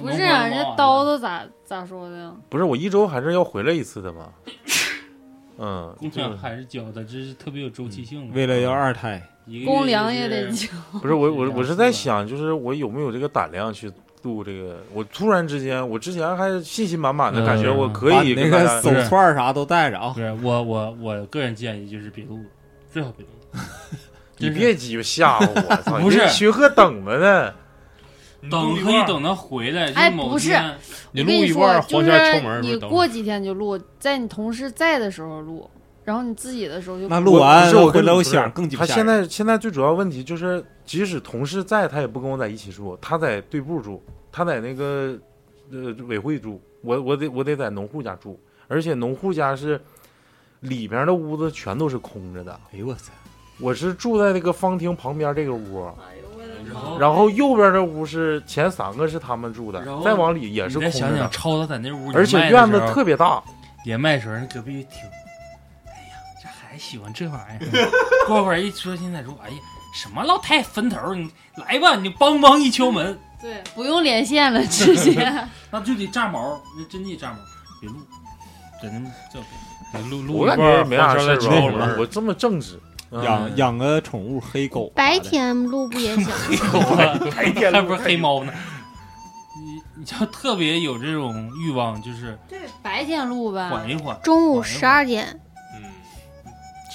Speaker 3: 不是啊、人家刀子咋咋说的呀？
Speaker 2: 不是我一周还是要回来一次的嘛？嗯，
Speaker 4: 公粮还是交的，这是特别有周期性的。
Speaker 6: 为了要二胎，
Speaker 4: 一个月
Speaker 3: 公粮也
Speaker 4: 就是
Speaker 3: 得交，
Speaker 2: 不是我我
Speaker 4: 是
Speaker 2: 我
Speaker 4: 这
Speaker 2: 是
Speaker 4: 样
Speaker 2: 在
Speaker 4: 是
Speaker 2: 想，就是我有没有这个胆量去录这个？我突然之间，我之前还信心满满的感觉，
Speaker 4: 嗯
Speaker 2: 我可
Speaker 6: 把
Speaker 2: 以
Speaker 6: 那
Speaker 2: 跟大
Speaker 6: 个
Speaker 2: 家
Speaker 6: 手串儿啥都带着啊
Speaker 2: 嗯
Speaker 4: 不。是我我我个人建议就是别录了，最好 别录了。
Speaker 2: 你
Speaker 4: 真是
Speaker 2: 别鸡巴吓唬我，操！
Speaker 4: 不是
Speaker 2: 人家徐鹤等着呢，
Speaker 4: 等可以等他回来，
Speaker 3: 哎
Speaker 4: 就某
Speaker 3: 不是
Speaker 4: 天
Speaker 7: 你
Speaker 3: 我跟
Speaker 7: 录
Speaker 3: 你
Speaker 7: 一
Speaker 3: 说
Speaker 7: 半，
Speaker 3: 就
Speaker 7: 黄
Speaker 3: 是
Speaker 7: 家敲门，
Speaker 3: 你
Speaker 7: 不等会
Speaker 3: 过
Speaker 7: 儿
Speaker 3: 几天就录，在你同事在的时候录，然后你自己的时候就
Speaker 6: 那
Speaker 2: 我
Speaker 6: 录完
Speaker 2: 不是我
Speaker 6: 回
Speaker 2: 跟
Speaker 6: 来，
Speaker 2: 你
Speaker 6: 我
Speaker 2: 不是
Speaker 6: 想更鸡巴
Speaker 2: 他
Speaker 6: 吓
Speaker 2: 现
Speaker 6: 人
Speaker 2: 在现在最主要问题就是，即使同事在，他也不跟我在一起住，他在队部住，他在那个呃委会住，我我得我得在农户家住，而且农户家是里边的屋子全都是空着的，
Speaker 6: 哎呦我操！
Speaker 2: 我是住在那个方厅旁边这个屋。
Speaker 4: 然后
Speaker 2: 然后右边的屋是前三个是他们住的
Speaker 4: 然，后
Speaker 2: 再往里也是空
Speaker 4: 你再
Speaker 2: 着
Speaker 4: 想想，
Speaker 2: 的，
Speaker 4: 超子在那屋里卖的时候，
Speaker 2: 而且院子特别大。
Speaker 4: 连麦的时候，人隔壁一听，哎呀，这孩子喜欢这玩意 儿。过会儿一说现在说，哎呀，什么老太坟头儿，你来吧，你梆梆一敲门，
Speaker 3: 对，不用连线了，直接
Speaker 4: 那就得炸毛，那真得炸毛，别录，真的 叫别
Speaker 7: 你录录
Speaker 2: 我
Speaker 7: 一
Speaker 2: 感
Speaker 7: 半
Speaker 2: 觉
Speaker 7: 儿，
Speaker 2: 没啥
Speaker 7: 黄
Speaker 2: 事
Speaker 7: 家
Speaker 2: 儿
Speaker 7: 在敲
Speaker 2: 吧，
Speaker 7: 门
Speaker 2: 我，这么正直，嗯
Speaker 6: 养养个宠物黑狗，
Speaker 5: 白天录不也行？
Speaker 2: 哎
Speaker 4: 录，还还不是黑猫呢。你你就特别有这种欲望，就是
Speaker 3: 白天录
Speaker 4: 缓
Speaker 3: 呗
Speaker 4: 一。缓。
Speaker 5: 中午十二点，
Speaker 7: 嗯，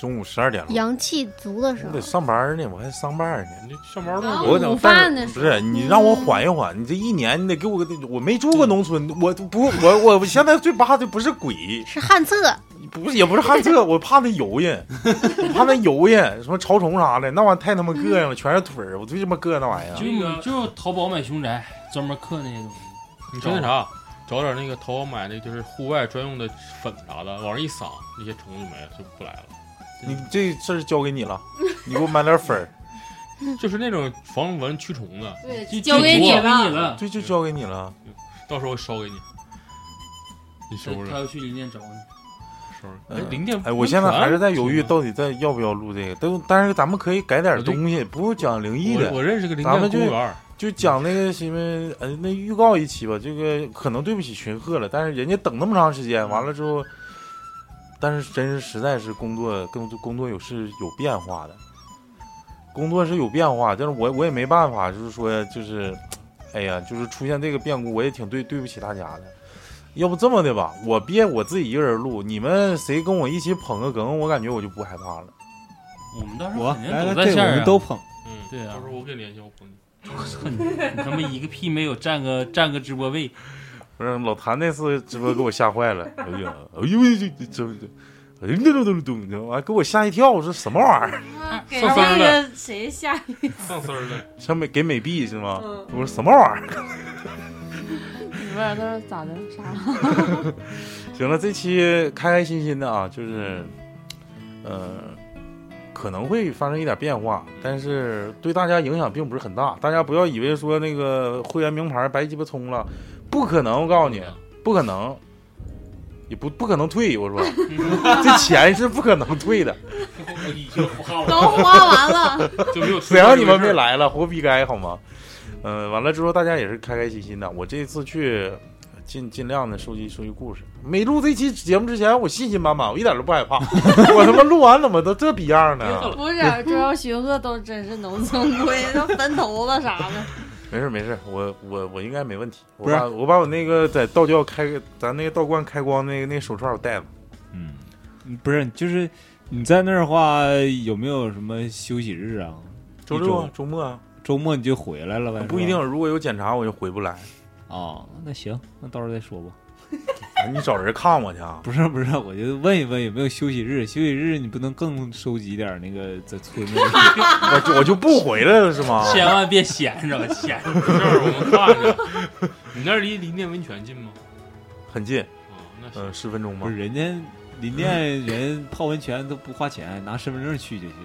Speaker 2: 中午十二点了，
Speaker 5: 阳气足的时
Speaker 2: 我
Speaker 5: 候
Speaker 2: 得，上班呢，我还上班呢。
Speaker 7: 嗯你上班
Speaker 3: 然
Speaker 7: 录
Speaker 3: 后
Speaker 2: 我
Speaker 3: 哦午
Speaker 2: 等，
Speaker 3: 饭
Speaker 2: 但
Speaker 3: 的
Speaker 2: 是
Speaker 3: 时
Speaker 2: 不
Speaker 3: 候嗯
Speaker 2: 是你让我缓一缓？你这一年你得给我个，我没住过农村，我不，我我我现在最怕的不是鬼，
Speaker 5: 是旱厕。
Speaker 2: 不是也不是旱厕，我怕那油印，我怕那油印，什么潮虫啥的，那玩意儿太他妈膈应了，全是腿儿，我最他妈膈应那玩意儿。
Speaker 4: 就就淘宝买凶宅，专门刻那些东西。
Speaker 7: 你说那啥，找点那个淘宝买的，就是户外专用的粉啥的，往上一撒，那些虫子就没了，就不来了。
Speaker 2: 你这事儿交给你了， 你给我买点粉 儿。
Speaker 7: 就是那种防蚊驱虫的，
Speaker 3: 对，
Speaker 4: 就
Speaker 3: 嗯交给
Speaker 4: 就
Speaker 3: 你
Speaker 4: 交
Speaker 3: 了。
Speaker 4: 给你了。
Speaker 2: 对，就交给你了。
Speaker 7: 到时候我烧给你，你收
Speaker 4: 他
Speaker 7: 着，
Speaker 4: 要去林店找你，
Speaker 7: 收着。
Speaker 2: 嗯
Speaker 7: 零点，
Speaker 2: 哎，我现在还是在犹豫，
Speaker 7: 不
Speaker 2: 到底在要不要录这个。但但是咱们可以改点东西，不用讲灵异
Speaker 7: 我
Speaker 2: 的，
Speaker 7: 我认识个零
Speaker 2: 咱们
Speaker 7: 点
Speaker 2: 就
Speaker 7: 公务员儿，
Speaker 2: 就讲那个什么，呃，那预告一期吧。这个可能对不起群鹤了，但是人家等那么长时间，完了之后，但是真是实在是工作跟工作有是有变化的，工作是有变化，但是我我也没办法，就是说就是，哎呀，就是出现这个变故，我也挺对对不起大家的。要不这么的吧，我憋我自己一个人录，你们谁跟我一起捧个哏，我感觉我就不害怕了。
Speaker 4: 我们到时候
Speaker 6: 我
Speaker 4: 肯定
Speaker 6: 来来，
Speaker 4: 都在
Speaker 6: 这
Speaker 4: 线
Speaker 6: 我
Speaker 4: 儿啊
Speaker 6: 们都捧。
Speaker 7: 嗯，
Speaker 4: 对啊
Speaker 7: 到时候我给联系，我 朋友。
Speaker 4: 你他妈一个屁没有占个占个直播位，
Speaker 2: 不是老谭那次直播给我吓坏了， 哎呀，哎呦，这这这，哎呦，咚咚咚咚，完哎给我吓一跳，我说什么玩意儿？
Speaker 3: 给
Speaker 7: 上分
Speaker 3: 那
Speaker 7: 了
Speaker 3: 个谁下一
Speaker 7: 上丝儿了，
Speaker 2: 像美给美币是吗？我说什么玩意儿？
Speaker 3: 你问他说咋的啥？
Speaker 2: 行了，这期开开心心的啊，就是，呃，可能会发生一点变化，但是对大家影响并不是很大。大家不要以为说那个会员名牌白鸡巴充了，不可能，我告诉你，不可能。也不不可能退，我说 这钱是不可能退的，
Speaker 4: 已经花
Speaker 8: 都花完了，
Speaker 7: 就没有
Speaker 2: 谁让你们没来了，活逼该好吗？嗯、完了之后大家也是开开心心的。我这次去尽尽量的收集收集故事。没录这期节目之前，我信心满满，我一点都不害 怕。我他妈录完怎么都这逼样呢？
Speaker 3: 不是，啊主要学鹤都真是 农村
Speaker 8: 鬼那坟头子啥的，
Speaker 2: 没事没事，我我我应该没问题。我
Speaker 6: 不是
Speaker 2: 把我把我那个在道教开咱那个道观开光那个那手串我带了。
Speaker 6: 嗯，不是，就是你在那儿的话，有没有什么休息日啊？
Speaker 2: 周
Speaker 6: 一周
Speaker 2: 六啊周末啊，
Speaker 6: 周末你就回来了呗？
Speaker 2: 不一定，如果有检查我就回不来。
Speaker 6: 啊、哦。那行，那到时候再说吧。
Speaker 2: 啊你找人看我去啊？
Speaker 6: 不是不是，我就问一问有没有休息日？休息日你不能更收集点儿那个在村子 里
Speaker 2: 我就我就不回来 了是吗？
Speaker 4: 千万别闲着，闲着。
Speaker 7: 这儿我们看着，你那儿离林甸温泉近吗？
Speaker 2: 很近，
Speaker 7: 啊，那行。
Speaker 2: 嗯，十分钟吧
Speaker 6: 不。是人家林甸人泡温泉都不花钱，拿身份证去就行。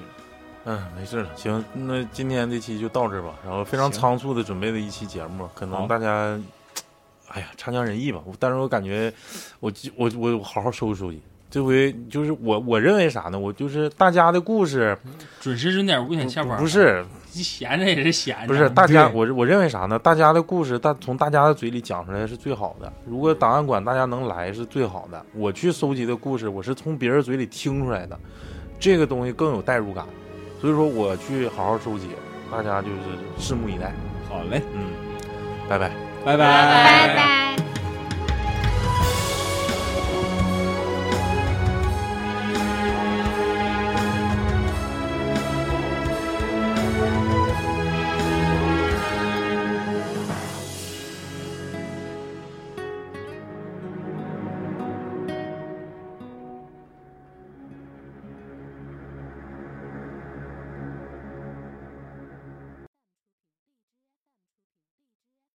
Speaker 2: 嗯，没事了，行，那今天这期就到这儿吧。然后非常
Speaker 6: 行
Speaker 2: 仓促的准备的一期节目，可
Speaker 6: 好
Speaker 2: 能大家，哎呀，差强人意吧。我但是我感觉，我我我我好好收拾收集。这回就是我我认为啥呢？我就是大家的故事，
Speaker 4: 准时准点五点下班。
Speaker 2: 不，是
Speaker 4: 你闲着也是闲着。
Speaker 2: 不是大家，
Speaker 6: 对
Speaker 2: 我我认为啥呢？大家的故事，大从大家的嘴里讲出来是最好的。如果档案馆大家能来是最好的。我去搜集的故事，我是从别人嘴里听出来的，这个东西更有代入感。所以说，我去好好收集，大家就是拭目以待。
Speaker 6: 好嘞，
Speaker 2: 嗯，拜拜。
Speaker 6: 拜拜
Speaker 5: 拜拜。